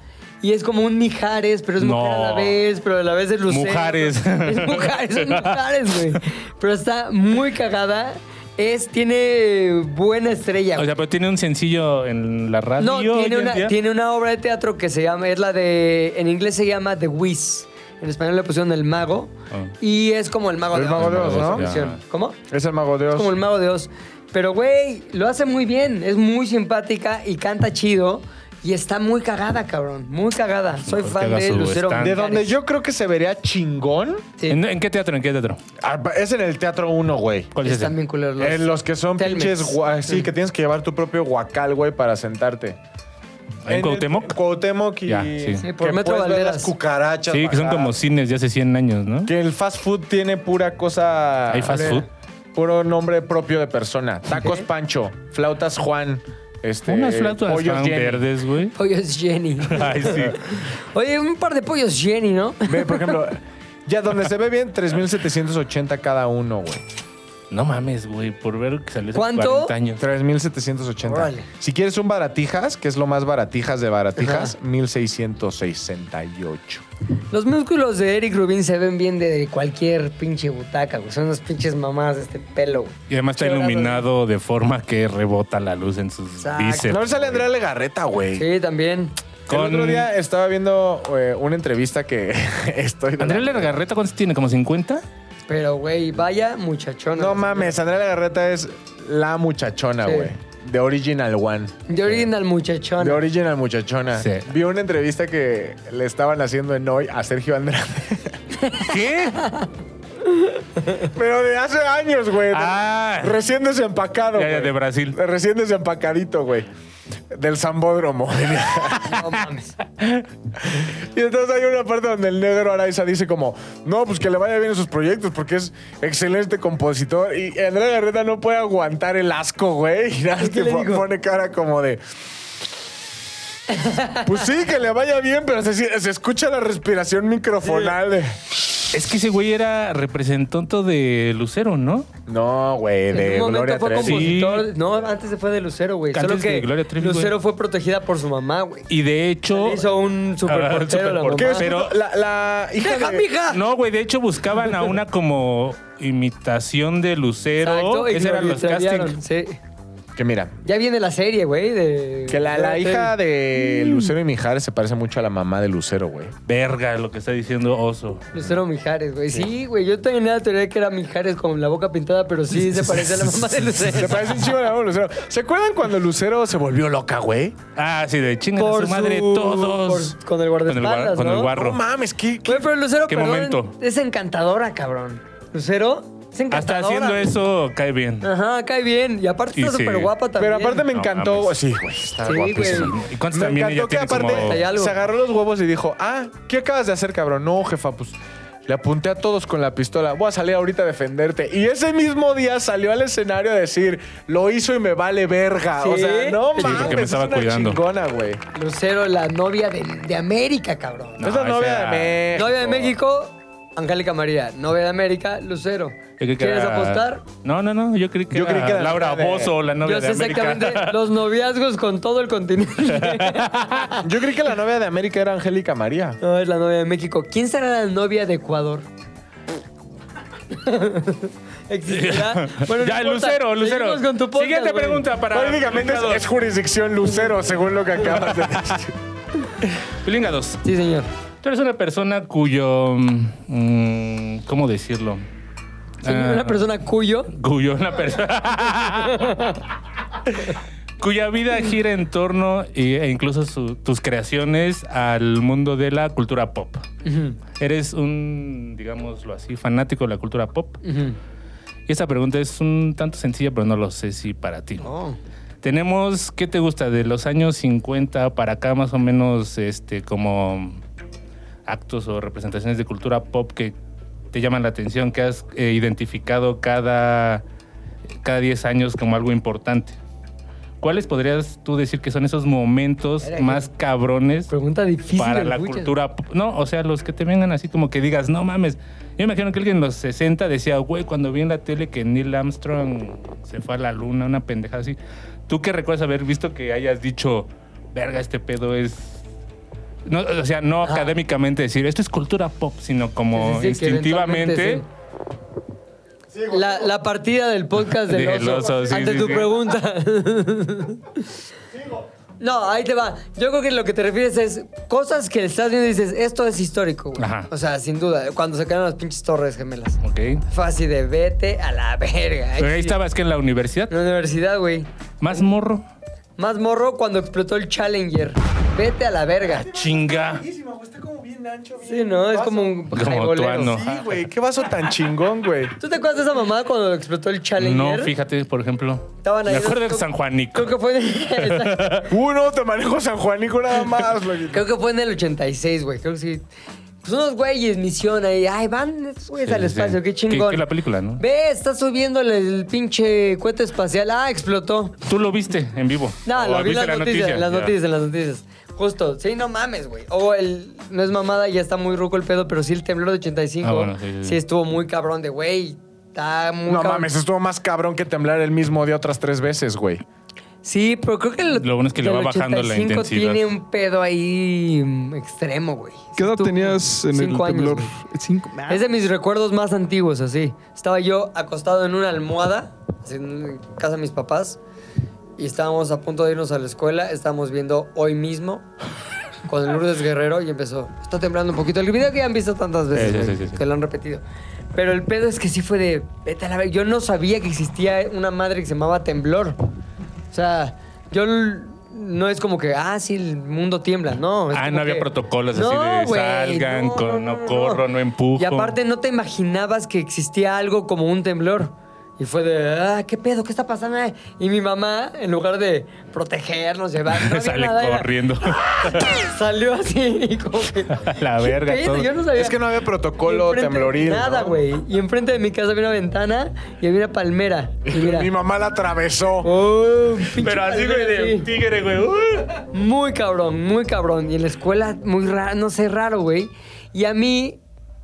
Y es como un Mijares, pero es No. mujer a la vez, pero a la vez es Lucero. Mujares. Es Mujares, es Mujares, güey. Pero está muy cagada. Es, tiene buena estrella. O sea, pero tiene un sencillo en la radio. No, hoy tiene en una, día. tiene una obra de teatro que se llama, es la de, en inglés se llama The Wiz. En español le pusieron El Mago. Ah. Y es como El Mago El de Mago de Oz, ¿no? la versión. Ya. ¿Cómo? Es el mago de Es Oz. como el mago de Oz. Pero, güey, lo hace muy bien. Es muy simpática y canta chido. Y está muy cagada, cabrón. Muy cagada. Soy Mejor que fan haga de su Lucero stand. De Mijares. donde yo creo que se vería chingón Sí, ¿En, en qué teatro? ¿En qué teatro? ah, es en el Teatro 1, güey. ¿Cuál es ese? están bien culeros los... En los que son Telmex. pinches. gua- Sí, que tienes que llevar tu propio guacal, güey, para sentarte. ¿En el- Cuauhtémoc? Cuauhtémoc y... Ya, sí. Sí, por que Metro puedes ver Valderas. las cucarachas. Sí, que son bajar. como cines de hace 100 años, ¿no? Que el fast food tiene pura cosa... ¿Hay fast food? Puro nombre propio de persona. Tacos Pancho, flautas Juan, este... Unas flautas pollos tan Jenny. verdes, güey. Pollos Jenny. Eh, Ay, sí. Oye, un par de pollos Jenny, ¿no? Ve, por ejemplo, ya donde se ve bien, 3.780 cada uno, güey. No mames, güey, por ver que salió hace ¿Cuánto? 40 años. 3.780. Órale. Si quieres un baratijas, que es lo más baratijas de baratijas, 1.668. Los músculos de Eric Rubin se ven bien de cualquier pinche butaca, güey. Son unas pinches mamás de este pelo, güey. Y además está Qué iluminado de forma que rebota la luz en sus Exacto. bíceps. No sale Andrea Legarreta, güey. Sí, también. El otro Con- día estaba viendo eh, una entrevista que estoy... Andrea Legarreta, ¿cuántos tiene? ¿Como 50? Pero, güey, vaya muchachona. No mames, Andrea Legarreta es la muchachona, Sí. güey. De Original One. De original muchachona. De Original Muchachona. Sí. Vi una entrevista que le estaban haciendo en hoy a Sergio Andrade. ¿Qué? Pero de hace años, güey. Ah. Recién desempacado. Ya, ya, güey. de Brasil. Recién desempacadito, güey. Del Zambódromo. No mames. y entonces hay una parte donde el negro Araiza dice como, no, pues que le vaya bien en sus proyectos porque es excelente compositor. Y Andrea Garreta no puede aguantar el asco, güey. Y nada, más qué que le po- dijo? pone cara como de... Pues sí, que le vaya bien, pero se, se escucha la respiración microfonal. de- Es que ese güey era representante de Lucero, ¿no? No, güey, de en un Gloria momento fue Trevi. Sí. compositor. No, antes se fue de Lucero, güey. Antes Solo de que Gloria Trevi, güey. Lucero fue protegida por su mamá, güey. Y de Le hecho... Hizo un superportero Ah, la mamá. superportero. ¿Qué es? Pero- la, la hija ¡Deja, de- mija! No, güey, de hecho buscaban a una como imitación de Lucero. Exacto, y Ese eran los glorificaron, castings. Sí. Que mira, Ya viene la serie, güey, de... Que la, la hija Mm. de Lucero y Mijares se parece mucho a la mamá de Lucero, güey. Verga lo que está diciendo Oso. Lucero Mijares, güey. Sí, güey. Yo tenía la teoría de que era Mijares con la boca pintada, pero sí se parece a la mamá de Se Lucero. parece un chivo a la mamá de Lucero. ¿Se acuerdan cuando Lucero se volvió loca, güey? Ah, sí, de chinga Por su madre su- todos. por- con el Con el, guardaespaldas, guar- con el ¿no? guarro. No mames, ¿qué? qué- Güey, pero Lucero, ¿Qué perdón, momento? es encantadora, cabrón. Lucero es Hasta encantadora. haciendo güey. eso cae bien. Ajá, cae bien. Y aparte Y está sí. súper guapa también. Pero aparte me No encantó. mames. sí, güey, está Sí, guapísima. güey. ¿Y cuántos también ella tiene como...? Hay algo. se agarró los huevos y dijo, ah, ¿qué acabas de hacer, cabrón? No, jefa, pues le apunté a todos con la pistola. Voy a salir ahorita a defenderte. Y ese mismo día salió al escenario a decir, lo hizo y me vale verga. O ¿Sí? sea, no Sí, porque me mames, estaba es una cuidando. chingona, güey. Lucero, la novia de, de América, cabrón. No, es la esa novia era- de México. Novia de México, Angélica María. Novia de América, Lucero. Yo creí que ¿Quieres era- apostar? No, no, no. Yo creí que, Yo era creí que era Laura la de- Bozo, la novia Yo sé de América. exactamente los noviazgos con todo el continente. Yo creí que la novia de América era Angélica María. No, es la novia de México. ¿Quién será la novia de Ecuador? ¿Existirá? no importa. ya, Lucero, Lucero. Seguimos con tu podcast, Siguiente güey. pregunta para... Prácticamente es, Pilinga es dos. jurisdicción lucero, según lo que acabas de decir. Pilinga dos. Sí, señor. Tú eres una persona cuyo... mm, ¿Cómo decirlo? Soy Ah. una persona cuyo... Cuyo una persona. cuya vida gira en torno y- e incluso su- tus creaciones al mundo de la cultura pop. Ujú, Eres un, digámoslo así, fanático de la cultura pop. ujú. Y esta pregunta es un tanto sencilla, pero no lo sé si para ti. Tenemos, ¿qué te gusta? De los años 50 para acá, más o menos, este, como actos o representaciones de cultura pop que te llaman la atención, que has eh, identificado cada, cada 10 años como algo importante. ¿Cuáles podrías tú decir que son esos momentos Era que- más cabrones Pregunta difícil. para la escucha. cultura pop? No, o sea, los que te vengan así como que digas, no mames. Yo imagino que alguien en los 60 decía, güey, cuando vi en la tele que Neil Armstrong se fue a la luna, una pendejada así. ¿Tú qué recuerdas haber visto que hayas dicho, verga, este pedo es... No, o sea, no Ah. académicamente decir, esto es cultura pop, sino como Sí, sí, sí, que instintivamente... eventualmente sí. La, la partida del podcast del Del oso. oso, sí, ante sí, tu sí. pregunta. No, ahí te va. Yo creo que lo que te refieres es cosas que estás viendo y dices, esto es histórico, güey. Ajá. O sea, sin duda. Cuando se quedaron las pinches torres gemelas. Ok. Fue así de vete a la verga. Pero ahí sí. estabas que en la universidad, En la universidad, güey. más morro. Más morro cuando explotó el Challenger. Vete a la verga. Chinga. Buenísima, güey. Está como bien bien ancho. bien Sí, ¿no? Es vaso. como un Como jaibolero. tuano. Sí, güey, qué vaso tan chingón, güey. ¿Tú te acuerdas de esa mamada cuando explotó el Challenger? No, fíjate, por ejemplo. Estaban ahí me acuerdo los- de San Juanico. Creo que fue en, Uno, te manejo San Juanico nada más, güey. creo que fue en el 86, güey. Creo que sí. Pues unos güeyes, misión ahí. Ay, van estos güeyes Sí, al sí, espacio, sí. qué chingón. Que- que la película, ¿no? Ve, está subiendo el, el pinche cohete espacial. Ah, explotó. Tú lo viste en vivo. No, lo ¿O vi en Oh, viste las noticias, en las Ya. noticias, en las noticias. Justo, sí, no mames, güey. O el, no es mamada, ya está muy ruco el pedo, pero sí el temblor de 85. Ah, bueno, sí, sí, sí. estuvo muy cabrón de, güey, está muy No cabrón. mames, estuvo más cabrón que temblar el mismo día otras tres veces, güey. Sí, pero creo que el, Lo bueno es que le del va bajando la 85 intensidad. tiene un pedo ahí mm, extremo, güey. ¿Qué edad Tú- tenías en cinco el años, temblor? güey. Cinco. Es de mis recuerdos más antiguos, así. Estaba yo acostado en una almohada, así, en casa de mis papás, y estábamos a punto de irnos a la escuela. Estábamos viendo hoy mismo con Lourdes Guerrero y empezó. Está temblando un poquito. El video que ya han visto tantas veces, Sí, sí, güey, sí, sí, sí. que lo han repetido. Pero el pedo es que sí fue de. Vete a la ver-". Yo no sabía que existía una madre que se llamaba temblor. O sea, yo. l- No es como que, ah, sí, el mundo tiembla. No. es Pues, Ah, como no había que- protocolos así de güey, salgan, con- no corro, no empujo. Y aparte no te imaginabas que existía algo como un temblor. Y fue de, ah, ¿qué pedo? ¿Qué está pasando? eh?". Y mi mamá, en lugar de protegernos, llevar, no había Sale nada, era- corriendo. Salió así, y como que... La ¿Qué verga, pedo? todo. Yo no sabía. Es que no había protocolo Enfrente- tembloril. Nada, ¿no? güey. Y enfrente de mi casa había una ventana y había una palmera. Y mira, Mi mamá la atravesó. ¡oh! pinche Pero así, güey, palmera, de así. tigre, güey. ¡uh! Muy cabrón, muy cabrón. Y en la escuela, muy raro, no sé, raro, güey. Y a mí,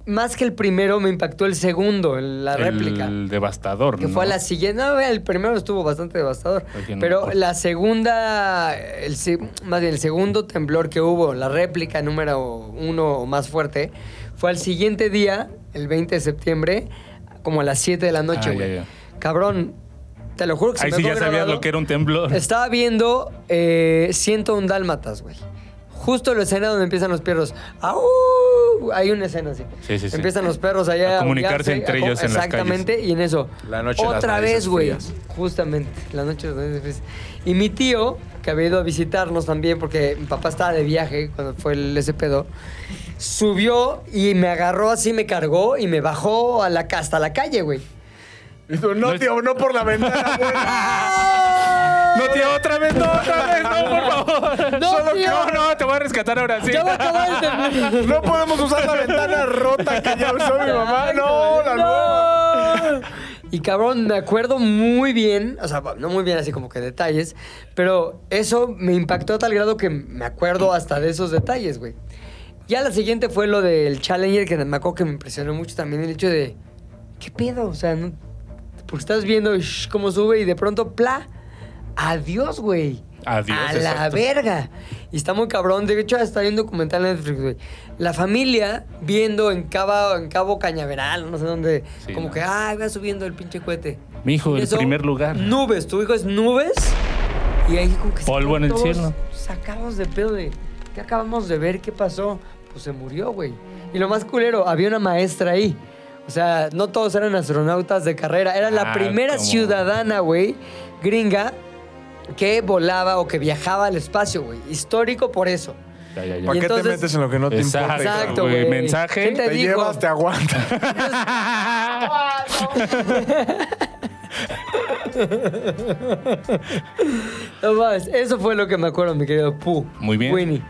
más que el primero, me impactó el segundo, el- la réplica. El devastador, Que ¿no? fue a la siguiente. No, el primero estuvo bastante devastador. Oye, no, pero por- la segunda, el, se- más bien el segundo temblor que hubo, la réplica número uno o más fuerte, fue al siguiente día, el 20 de septiembre, como a las 7 de la noche, Ah, ya, güey. ya. Cabrón, te lo juro que se Ahí me sí quedó ya sabías grabado. lo que era un temblor. Estaba viendo eh, 101 Dálmatas, güey. Justo la escena donde empiezan los perros. ¡Au! Hay una escena así. Sí, sí, sí. Empiezan los perros allá A a aullarse, comunicarse entre a co- ellos en las Exactamente, y en eso. La noche de las Otra narices vez, güey. frías. Justamente, la noche de las narices frías. Y mi tío, que había ido a visitarnos también, porque mi papá estaba de viaje cuando fue el, ese pedo, subió y me agarró así, me cargó y me bajó a la, ca- hasta la calle, güey. Dijo, No, tío, no por la ventana, güey. No, tío, otra vez, no, otra vez, no, por favor. No, Solo tío. no, no, te voy a rescatar ahora sí. Ya va a acabar el temblor. No podemos usar la ventana rota que ya usó mi mamá. No, la nueva. nueva. Y cabrón, me acuerdo muy bien, o sea, no muy bien así como que detalles, pero eso me impactó a tal grado que me acuerdo hasta de esos detalles, güey. Ya la siguiente fue lo del Challenger, que me acuerdo que me impresionó mucho también el hecho de, ¿qué pedo? O sea, no- porque estás viendo shh, cómo sube y de pronto, pla, adiós, güey. Adiós, A la exacto. verga. Y está muy cabrón. De hecho, está viendo un documental en Netflix, güey. La familia viendo en Cabo, en Cabo Cañaveral, no sé dónde. Sí, como no. que, ay, va subiendo el pinche cohete. Mi hijo, Y el eso, primer lugar. Nubes, tu hijo es nubes. Y ahí como que se Polvo quedan en el todos cielo. Sacados de pedo de, ¿qué acabamos de ver? ¿Qué pasó? Pues se murió, güey. Y lo más culero, había una maestra ahí. O sea, no todos eran astronautas de carrera. Era la Ah, primera como- ciudadana, güey, gringa, que volaba o que viajaba al espacio, güey. Histórico por eso. Ya, ya, ya. ¿Para Y qué te entonces- metes en lo que no te Exacto. importa? hija? Exacto, güey. güey. Mensaje. ¿Quién Te, te dijo? llevas, te aguantas. No mames, Eso fue lo que me acuerdo, mi querido Pu. Muy bien. Winnie,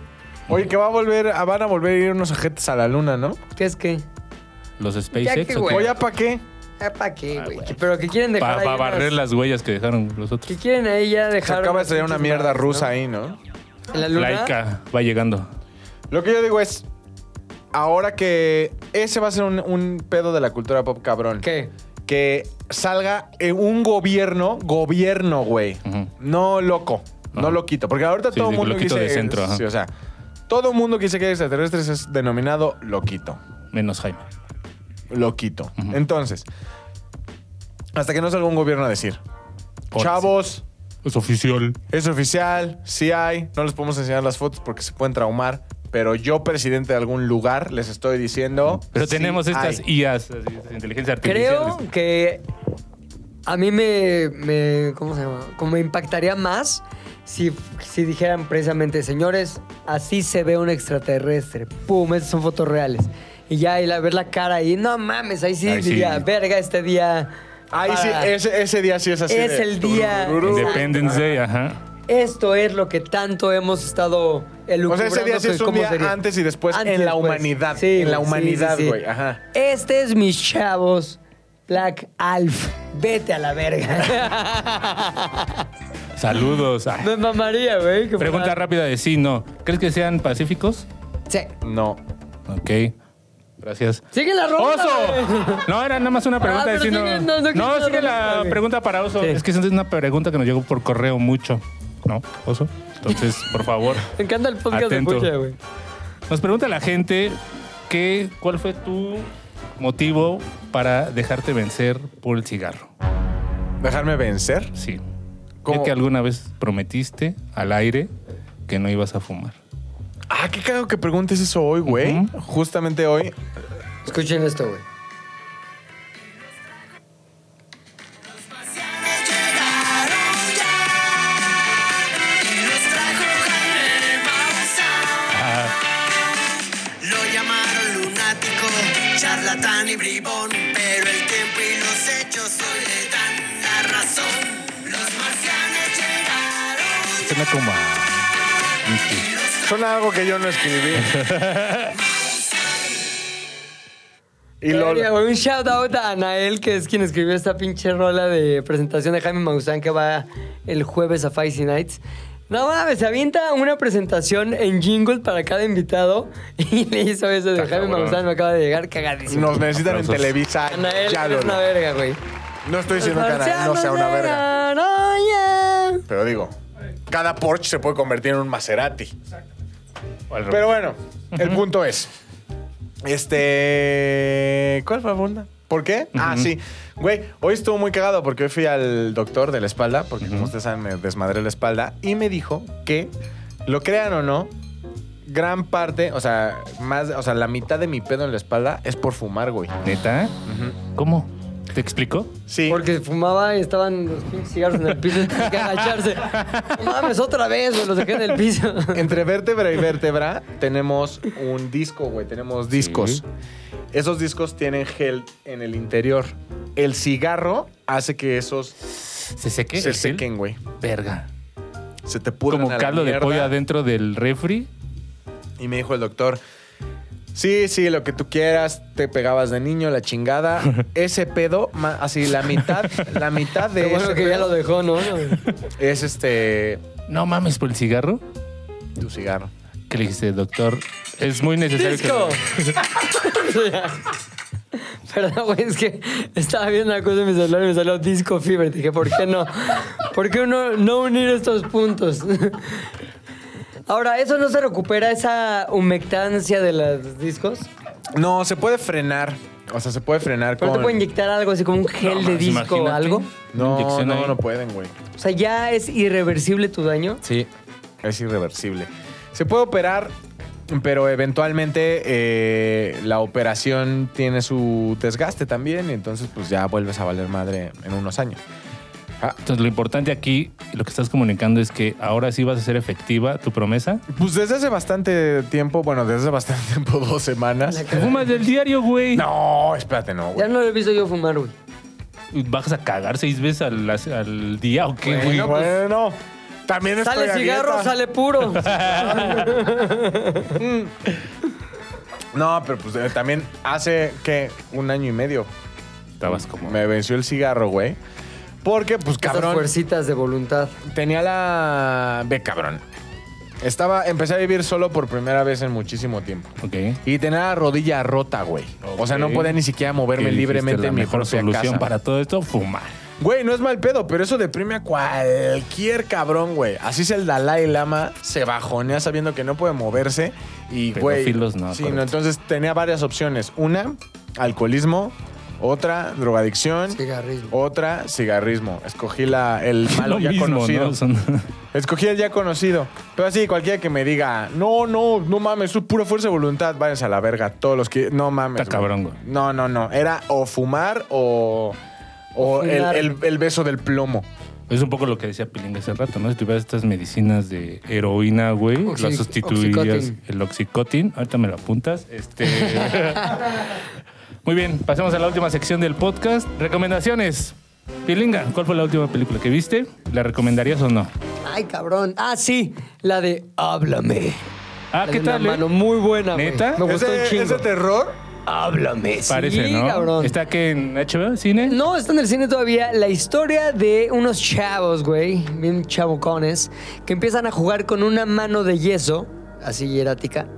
Oye, que va a volver, ah, van a volver a ir unos ajetes a la luna, ¿no? ¿qué es qué? Los Ya SpaceX. que, ¿o qué? güey. Oye, ¿para Eh, qué? Ah, ¿Para qué, güey? Pero que quieren dejar Para ahí unas- barrer las huellas que dejaron los Que otros. quieren ahí ya Se dejar. acaba de salir unas una mierda pinches barras, rusa ¿no? ahí, ¿no? En la luna. Laika va llegando. Lo que yo digo es, ahora que ese va a ser un, un pedo de la cultura pop cabrón. ¿Qué? Que salga eh, un gobierno, gobierno, güey. Ujú. No loco, no Ajá. loquito. Porque ahorita Sí, todo el sí, mundo loquito dice- de centro, ajá. sí, o sea, todo el mundo que dice que hay extraterrestres es denominado loquito. Menos Jaime. Loquito. Ujú. Entonces, hasta que no salga un gobierno a decir, Ahora chavos, Es oficial. es oficial, sí hay, no les podemos enseñar las fotos porque se pueden traumar, pero yo, presidente de algún lugar, les estoy diciendo. Pero sí tenemos estas hay. IAs, así, estas inteligencias artificiales. Creo que a mí me, me- ¿Cómo se llama? Como me impactaría más si, si dijeran precisamente, señores, así se ve un extraterrestre. Pum, esas son fotos reales. Y ya, y la, ver la cara ahí, no mames, ahí sí Ahí sí. diría, verga, este día. Ahí sí, para- ese, ese día sí es así. Ah. Es de- el día. Independence Day, ajá. Esto es lo que tanto hemos estado O sea, ese día sí que es un cómo día sería. antes y después Antes, en la pues. humanidad. Sí, en la güey, sí, humanidad, sí, sí. güey. Ajá. Este es mis chavos, Black Alf. Vete a la verga. Saludos. Ay. Me mamaría, güey. que Pregunta fuera- rápida de sí, no. ¿Crees que sean pacíficos? Sí. No. Ok. Gracias. Sigue la ronda. güey. ¡Oso! No, era nada más una pregunta Ah, de pero sí, no. sigue- no, no, que No, no, sigue no, la güey. pregunta para Oso. Sí. Es que esa es una pregunta que nos llegó por correo mucho. ¿No, Oso? Entonces, por favor. Me encanta el podcast Atento. de Pucha, güey. Nos pregunta la gente que, cuál fue tu motivo para dejarte vencer por el cigarro. ¿Dejarme vencer? Sí. ¿Cómo? Ya que alguna vez prometiste al aire que no ibas a fumar. Ah, qué cago que preguntes eso hoy, güey. Ujú. Justamente hoy. Escuchen esto, güey. Lo llamaron lunático, charlatán y bribón, pero el tiempo y los hechos hoy le dan la razón. Los marcianos llegaron, Suena como a- Suena algo que yo no escribí. y lo. Debería, güey, Un shout out a Anael, que es quien escribió esta pinche rola de presentación de Jaime Maussan que va el jueves a Feisty Nights. No mames, se avienta una presentación en jingle para cada invitado y le hizo eso de Está Jaime cabrón. Maussan, me acaba de llegar cagadísimo. Nos necesitan en Aplausos. Televisa. Anael ya lo. es una verga, güey. Pues No estoy diciendo que Anael no sea una verga. verga. Pero digo, cada Porsche se puede convertir en un Maserati. o al revés. Pero bueno, el punto es. Este. ¿Cuál fue la pregunta? ¿Por qué? Ah, sí. Güey, hoy estuvo muy cagado porque hoy fui al doctor de la espalda, porque como ustedes saben, me desmadré la espalda, y me dijo que, lo crean o no, gran parte, o sea, más, o sea, la mitad de mi pedo en la espalda es por fumar, güey. ¿Neta? ¿Cómo? ¿Te explico? Sí. Porque fumaba y estaban los pinches cigarros en el piso y tenía que agacharse. No mames, otra vez, güey, los dejé en el piso. Entre vértebra y vértebra tenemos un disco, güey. Tenemos discos. Esos discos tienen gel en el interior. El cigarro hace que esos ¿Se seque? se el gel? sequen, güey. Verga. Se te pudren a Como la caldo de mierda. pollo adentro del refri. Y me dijo el doctor, sí, sí, lo que tú quieras, te pegabas de niño, la chingada. Ese pedo, ma- así, la mitad, la mitad de Qué bueno ese que ya pedo lo dejó, ¿no? es este, No mames por el cigarro. tu cigarro. ¿Qué le dijiste, doctor? Es muy necesario ¡Disco! que. Perdón, güey, es que estaba viendo una cosa en mi celular y me salió disco fever. Dije, ¿por qué no? ¿Por qué no, no unir estos puntos? Ahora, ¿eso no se recupera esa humectancia de los discos? No, se puede frenar. O sea, se puede frenar ¿Pero te con... puede inyectar algo así como un gel de mames, disco o imagínate. algo? Una no, inyección no, ahí. no pueden, güey. O sea, ¿ya es irreversible tu daño? Sí, es irreversible. Se puede operar, pero eventualmente eh, la operación tiene su desgaste también, y entonces pues ya vuelves a valer madre en unos años. Entonces, lo importante aquí, lo que estás comunicando es que ahora sí vas a ser efectiva tu promesa. Pues desde hace bastante tiempo, bueno, desde hace bastante tiempo, dos semanas. Fumas del diario, güey. No, espérate, no, Ya güey. no lo he visto yo fumar, güey. ¿Vas a cagar seis veces al, al día o qué, güey? Bueno, bueno, también estoy pues, Sale a cigarro, dieta. sale puro. No, pero pues eh, también hace, ¿qué? Un año y medio Estabas como. me venció el cigarro, güey. Porque, pues, Esas cabrón, fuercitas de voluntad. tenía la... Ve, cabrón. Estaba, empecé a vivir solo por primera vez en muchísimo tiempo. Ok. Y tenía la rodilla rota, güey. O sea, no Ok. podía ni siquiera moverme Que dijiste, libremente la en mi mejor propia solución casa. para todo esto, fumar. Güey, no es mal pedo, pero eso deprime a cualquier cabrón, güey. Así es el Dalai Lama, se bajonea sabiendo que no puede moverse y, güey. Pedófilos no, Sí, correcto. no, entonces tenía varias opciones. Una, alcoholismo. Otra, drogadicción. Cigarrismo. Otra, cigarrismo. Escogí la, el malo Lo ya mismo, conocido. ¿no? Son- Escogí el ya conocido. Pero así, cualquiera que me diga, no, no, no mames, eso es pura fuerza de voluntad, váyanse a la verga. Todos los que. No mames. Está cabrón, güey. No, no, no. Era o fumar o. O el, Fumar. el- el beso del plomo. Es un poco lo que decía Pilinga hace rato, ¿no? Si tuvieras estas medicinas de heroína, güey, Oxi- las sustituirías. oxicotin. El oxicotin. Ahorita me lo apuntas. Este. Muy bien, pasemos a la última sección del podcast. Recomendaciones. Pilinga, ¿cuál fue la última película que viste? ¿La recomendarías o no? Ay, cabrón. Ah, sí, la de Háblame. Ah, La de ¿qué una tal? eh? Mano muy buena, güey. ¿Neta? Me gustó un ¿Es de, chingo. es de terror? Háblame. Parece, sí, ¿no? cabrón. ¿Está que en HBO, cine? No, está en el cine todavía la historia de unos chavos, güey, bien chabocones, que empiezan a jugar con una mano de yeso, así hierática.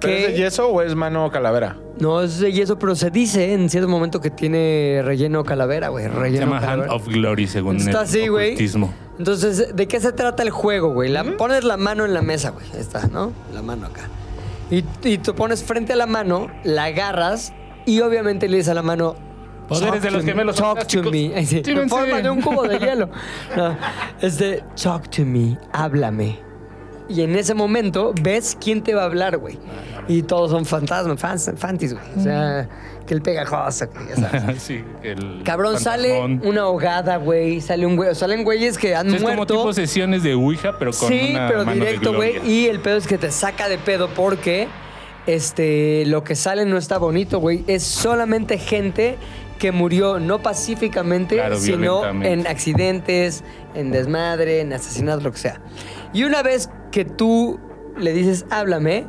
¿Pero que- ¿Es de yeso o es mano calavera? No, es de yeso, pero se dice en cierto momento que tiene relleno calavera, güey. Se Relleno llama Hand calavera. of Glory, según Está el así, güey. ocultismo. Entonces, ¿de qué se trata el juego, güey? La, Pones la mano en la mesa, güey. Ahí Está, ¿no? La mano acá. Y, y te pones frente a la mano, la agarras y obviamente le dices a la mano... Poderes "Talk Pues de los to me, gemelos Talk to fantásticos. me. Ahí sí, en Tírense. forma de un cubo de hielo. No, este, talk to me, háblame. Y en ese momento ves quién te va a hablar, güey. Ah, Y todos son fantasmas, fans, fantis, güey. O sea, que el pegajoso, que ya sabes. sí, el Cabrón, sale fantasmón. una ahogada, güey. Sale un güey. Salen güeyes que han Sí, es como muerto. tipo sesiones de Ouija, pero con sí, una pero mano de directo, güey. gloria. Y el pedo es que te saca de pedo porque este, lo que sale no está bonito, güey. Es solamente gente que murió no pacíficamente, Claro, sino violentamente. en accidentes, en desmadre, en asesinatos, lo que sea. Y una vez que tú le dices, háblame,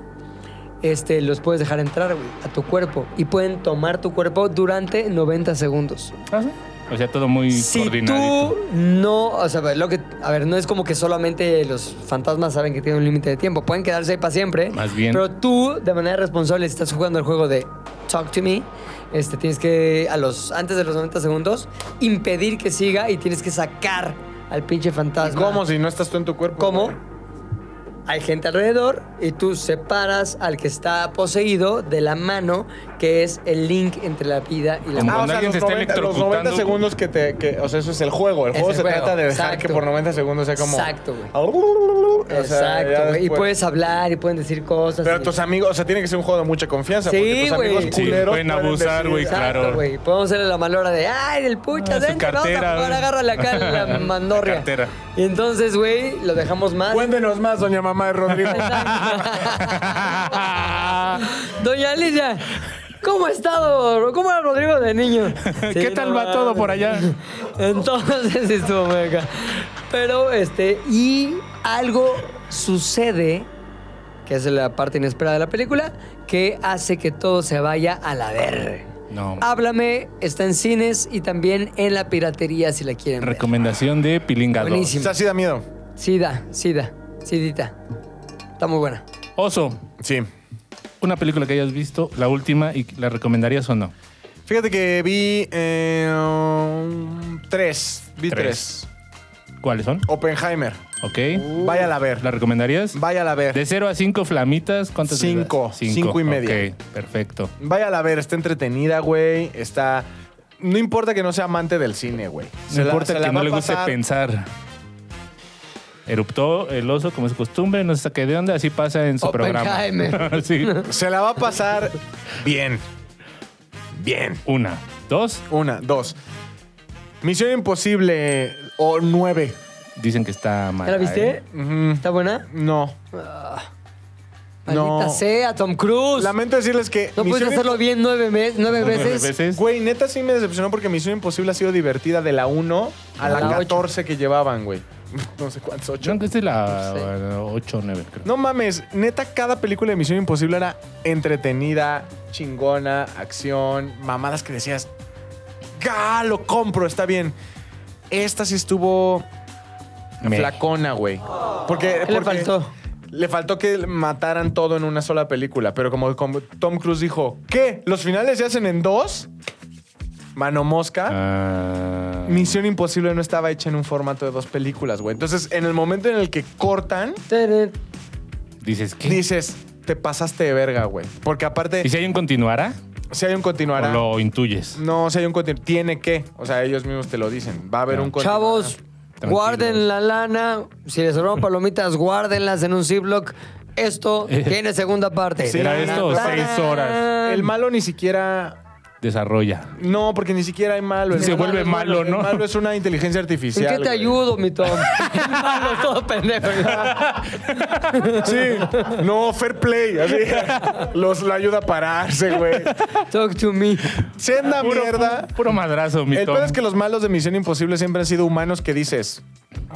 este, los puedes dejar entrar, güey, a tu cuerpo. Y pueden tomar tu cuerpo durante 90 segundos Ah, sí. O sea, todo muy si coordinadito. tú no, o sea, lo que, a ver, no es como que solamente los fantasmas saben que tienen un límite de tiempo, pueden quedarse ahí para siempre. Más bien. Pero tú, de manera responsable, si estás jugando el juego de Talk to Me, este, tienes que a los antes de los 90 segundos impedir que siga y tienes que sacar al pinche ¿Y fantasma. ¿Cómo si no estás tú en tu cuerpo? Ah, ¿Cómo? güey? Hay gente alrededor y tú separas al que está poseído de la mano, que es el link entre la vida y la Como Ah, o cuando sea, alguien los te está 90, los electrocutando. 90 segundos que te... que- o sea, eso es el juego. El Es juego el se juego, trata de dejar exacto. que por 90 segundos sea como... Exacto, güey. O sea, ya Exacto, güey. Y después- puedes hablar y pueden decir cosas. Pero y- tus amigos... O sea, tiene que ser un juego de mucha confianza. eh, Sí, porque tus güey. amigos Sí, culeros pueden abusar, güey, decir, Exacto, claro. güey. Podemos hacerle la malora de, ay, el pucha, Ah, su vente, vamos cartera, a jugar, güey. agárrale acá la mandorria. La cartera. Y entonces, güey, lo dejamos más. Cuéntenos más, doña mamá de Rodrigo. Doña Alicia, ¿cómo ha estado? ¿Cómo era Rodrigo de niño? ¿Qué Sí, tal no va todo mames. por allá? Entonces sí estuvo muy acá. Pero, este, y algo sucede, que es la parte inesperada de la película, que hace que todo se vaya a la verga. No. Ah, Háblame, está en cines y también en la piratería si la quieren ver. Recomendación de Pilinga 2. Buenísimo. O sea, sí da miedo. Sí da, sí da, sidita. Está muy buena. Oso, Sí. una película que hayas visto, la última, y la recomendarías o no. Fíjate que vi... eh, um, tres. Vi Tres. tres. ¿Cuáles son? Oppenheimer. Ok. Uh. Váyala a ver. ¿La recomendarías? Váyala a ver. De 0 a 5 flamitas, ¿cuántas le das? Cinco. Cinco y media. Ok, perfecto. Váyala a ver, está entretenida, güey. Está. No importa que no sea amante del cine, güey. No Se la- importa se la que va no a le guste pasar. pensar. Eruptó el oso como es costumbre, no se saque de onda, así pasa en su programa. Oppenheimer. sí. Se la va a pasar bien. Bien. Una, dos, Una, dos. Misión Imposible o nueve. dicen que está mal. ¿Ya la viste? Ujú. ¿Está buena? No. Ah, Maldita No. sea, Tom Cruise. Lamento decirles que. no puedes Misión hacerlo bien nueve, mes- nueve Nueve veces. veces. Güey, neta sí me decepcionó porque Misión Imposible ha sido divertida de la 1 a la, la ocho. 14 que llevaban, güey. No sé cuántos, Yo 8. creo que esta es Sí. la 8 o 9, creo. No mames, neta, cada película de Misión Imposible era entretenida, chingona, acción, mamadas que decías, ¡ga! Lo compro, está bien. Esta sí estuvo Me- flacona, güey. Porque, ¿Qué le porque faltó? Le faltó que mataran todo en una sola película, pero como, como Tom Cruise dijo, ¿qué? ¿Los finales se hacen en dos? Mano mosca. Ah. Misión Imposible no estaba hecha en un formato de dos películas, güey. Entonces, en el momento en el que cortan, Tere. Dices, ¿qué? dices, te pasaste de verga, güey. Porque aparte, ¿Y si hay un continuará? si hay un ¿O continuará. Mm. lo intuyes? No, si hay un continuará. Tiene que. O sea, ellos mismos te lo dicen. Va a haber Ya. un continuará. Chavos, guarden la lana. Si les sobraron palomitas, guárdenlas en un Ziploc. Esto tiene segunda parte. Eh. Sí, era Tarán, esto, tarán. seis horas. El malo ni siquiera desarrolla. No, porque ni siquiera hay malo. El Se malo vuelve es bueno, malo, ¿no? El malo es una inteligencia ¿En artificial. qué te güey. ayudo, mi Tom? Malo, todo pendejo. Sí. No, fair play. así. Los la ayuda a pararse, güey. Talk to me. Senda Puro, mierda. pu- puro madrazo, mi El Tom. peor es que los malos de Misión Imposible siempre han sido humanos que dices,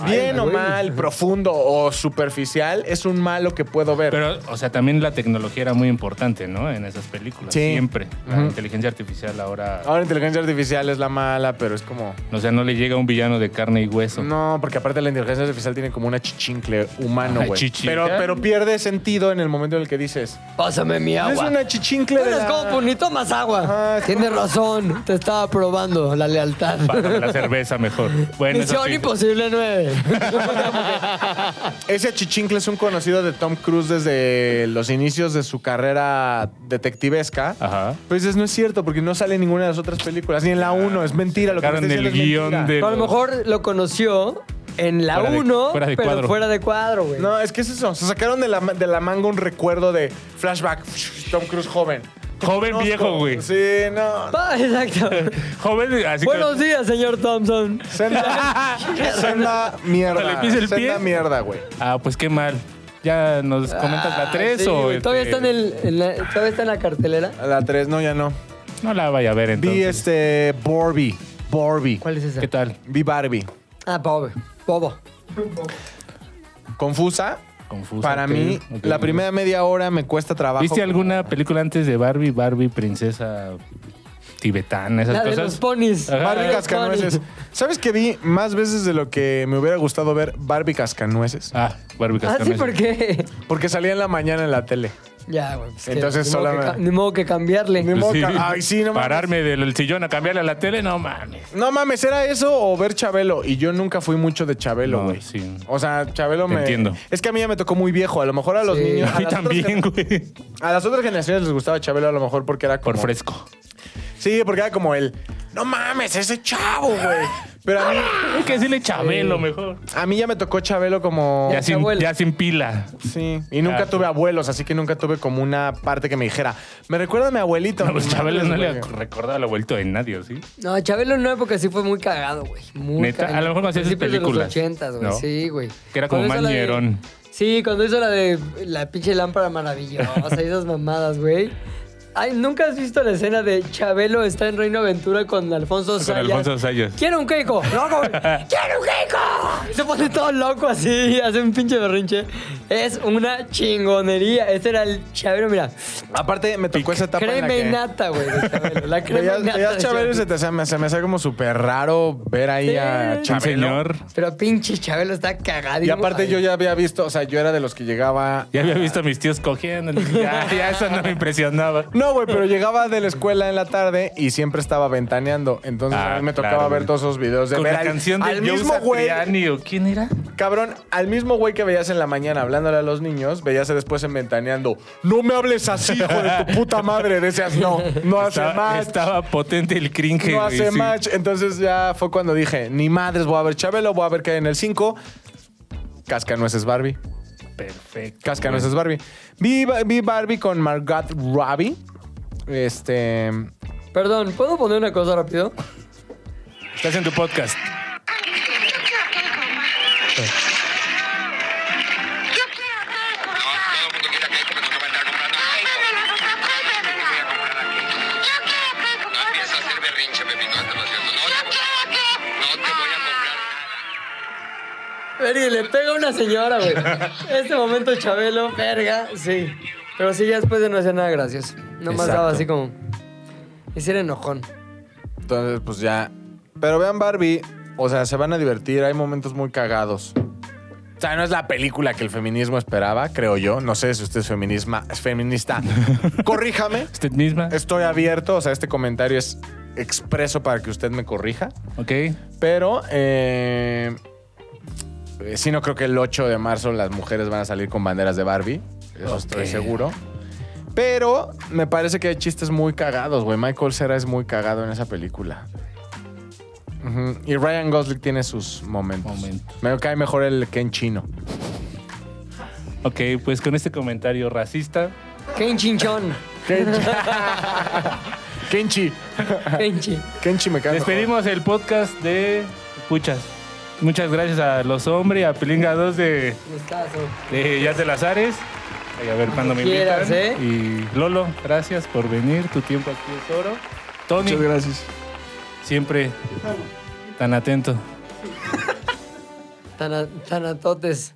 bien o mal, profundo o superficial, es un malo que puedo ver. Pero, o sea, también la tecnología era muy importante, ¿no? En esas películas. Sí. Siempre. La inteligencia artificial ahora. Ahora inteligencia artificial es la mala, pero es como... O sea, no le llega un villano de carne y hueso. No, porque aparte la inteligencia artificial tiene como una chichincle humano, Ay, güey. chichi. Pero, pero pierde sentido en el momento en el que dices, Pásame mi es agua. una chichincle No de eres la- como pues, ni tomas Ajá, agua. es Tienes razón, te estaba probando la lealtad. Bájame la cerveza mejor. Bueno, eso Misión sí. imposible 9. Ese chichincle es un conocido de Tom Cruise desde los inicios de su carrera detectivesca. Ajá. Pues dices, no es cierto, porque no sale en ninguna de las otras películas, ni en la 1, es mentira. Lo que me Sacaron estás el diciendo es guión mentira. de. Pero a lo los- mejor lo conoció en la Fuera de- 1, fuera de pero cuadro. fuera de cuadro, güey. No, es que es eso. Se sacaron de la, ma- de la manga un recuerdo de flashback. Tom Cruise joven. Te Joven conozco. viejo, güey. Sí, no. Ah, exacto. Joven, así Buenos que. días, señor Thompson. Senda, senda mierda. Le pisa el senda pie. mierda, güey. Ah, pues qué mal. ¿Ya nos comentas la 3 Ah, sí, o.? güey, Todavía este, está en, el, en la, todavía está en la cartelera. A La 3, no, ya no. No la vaya a ver Vi entonces. este Barbie. Barbie. ¿Cuál es esa? ¿Qué tal? Vi Barbie. Ah, Bob. Bobo. Confusa. Confusa. Para ok, mí, ok. la primera media hora me cuesta trabajo. ¿Viste alguna película antes de Barbie? Barbie, princesa tibetana, esas La de cosas. los ponis. Ajá. Barbie Los Cascanueces. ponis. ¿Sabes que vi más veces de lo que me hubiera gustado ver Barbie Cascanueces? Ah, Barbie Ah, sí, Cascanueces. ¿por qué? Porque salía en la mañana en la tele. Ya, güey. pues que Entonces ni modo solo que me- ca- Ni modo que cambiarle. Ni modo Sí. ca- Ay, Pues sí, no mames. Pararme del sillón a cambiarle a la tele, no mames. No mames, ¿era eso o ver Chabelo? Y yo nunca fui mucho de Chabelo, No, güey. sí. O sea, Chabelo Te me. entiendo. Es que a mí ya me tocó muy viejo. A lo mejor a los Sí. niños. A mí las otras también, gener- güey. A las otras generaciones les gustaba Chabelo, a lo mejor porque era como. Por fresco. Sí, porque era como el. No mames, ese chavo, güey. Pero a mí, Hay que decirle Chabelo mejor. a mí ya me tocó Chabelo como. Ya sin, abuela. ya sin pila. Sí. Y nunca Claro. tuve abuelos, así que nunca tuve como una parte que me dijera, me recuerda a mi abuelito. No, pues Chabelo no le Güey. recordaba el abuelito de nadie, ¿sí? No, Chabelo en una época sí fue muy cagado, güey. Muy Neta, cagado. a lo mejor cuando hacía sus Principios películas, De los 80, güey. ¿no? Sí, güey. Que era como Cuando hizo la de- Mañerón. Sí, cuando hizo la de la pinche lámpara maravillosa y esas mamadas, güey. Ay, ¿nunca has visto la escena de Chabelo está en Reino Aventura con Alfonso Con Sayas? Alfonso Sayas. ¡Quiero un Keiko! ¡Loco! güey! ¡Quiero un Keiko! Y Se pone todo loco así, hace un pinche berrinche. Es una chingonería. Este era el Chabelo, mira. Aparte, me tocó esa etapa. en la Crema que... y nata, güey, de Chabelo. La crema Veías, y nata. veías de Chabelo y Chabelo. se, te hacía- me- se me hacía como súper raro ver ahí Sí. a Un Un Chabelo. señor. Pero pinche Chabelo está cagadísimo. Y aparte Ay, yo ya había visto, o sea, yo era de los que llegaba... Ya había visto a mis tíos cogiendo. Ya, ya eso no me impresionaba. No, güey, pero llegaba de la escuela en la tarde y siempre estaba ventaneando. Entonces Ah, a mí me tocaba claro, ver güey. todos esos videos de Con ver la al- canción de al Joe mismo güey, Satriani, ¿o ¿Quién era? cabrón, al mismo güey que veías en la mañana hablándole a los niños, veías después en ventaneando, no me hables así, hijo de tu puta madre, decías, no, no hace estaba, match, estaba potente el cringe. no güey, hace sí. match. Entonces ya fue cuando dije, ni madres, voy a ver Chabelo, voy a ver qué hay en el 5. Cascanueces Barbie. Perfecto. Cascanueces Barbie. Vi, vi Barbie con Margot Robbie. Este. Perdón, ¿puedo poner una cosa rápido? Estás en tu podcast. Verga, le pega a una señora, güey. Este momento, Chabelo, verga, sí. Pero sí, ya después de no hacer nada gracioso. Nomás Exacto. daba así como. Ese era enojón. Entonces, pues ya. Pero vean Barbie. O sea, se van a divertir. Hay momentos muy cagados. O sea, no es la película que el feminismo esperaba, creo yo. No sé si usted es, feminisma, es feminista. Corríjame. Usted misma. Estoy abierto. O sea, este comentario es expreso para que usted me corrija. Ok. Pero eh, eh, sí no creo que el 8 de marzo las mujeres van a salir con banderas de Barbie. Eso estoy Ok. seguro. Pero me parece que hay chistes muy cagados, güey. Michael Cera es muy cagado en esa película. Ujú. Y Ryan Gosling tiene sus momentos. Momentos. Me cae mejor el Ken chino. Ok, pues con este comentario racista. Ken Chinchón. Kenchi. Kenchi. Kenchi me cae. mejor. Despedimos el podcast de Puchas. Muchas gracias a los hombres, a Pilinga 2 de, Gustazo. de Jazz de Lazares. Ay, a ver cuándo me quieras, invitan. ¿eh? Y Lolo, gracias por venir. Tu tiempo aquí es oro. Tony, Muchas gracias. siempre tan atento. Tana- Tanatotes.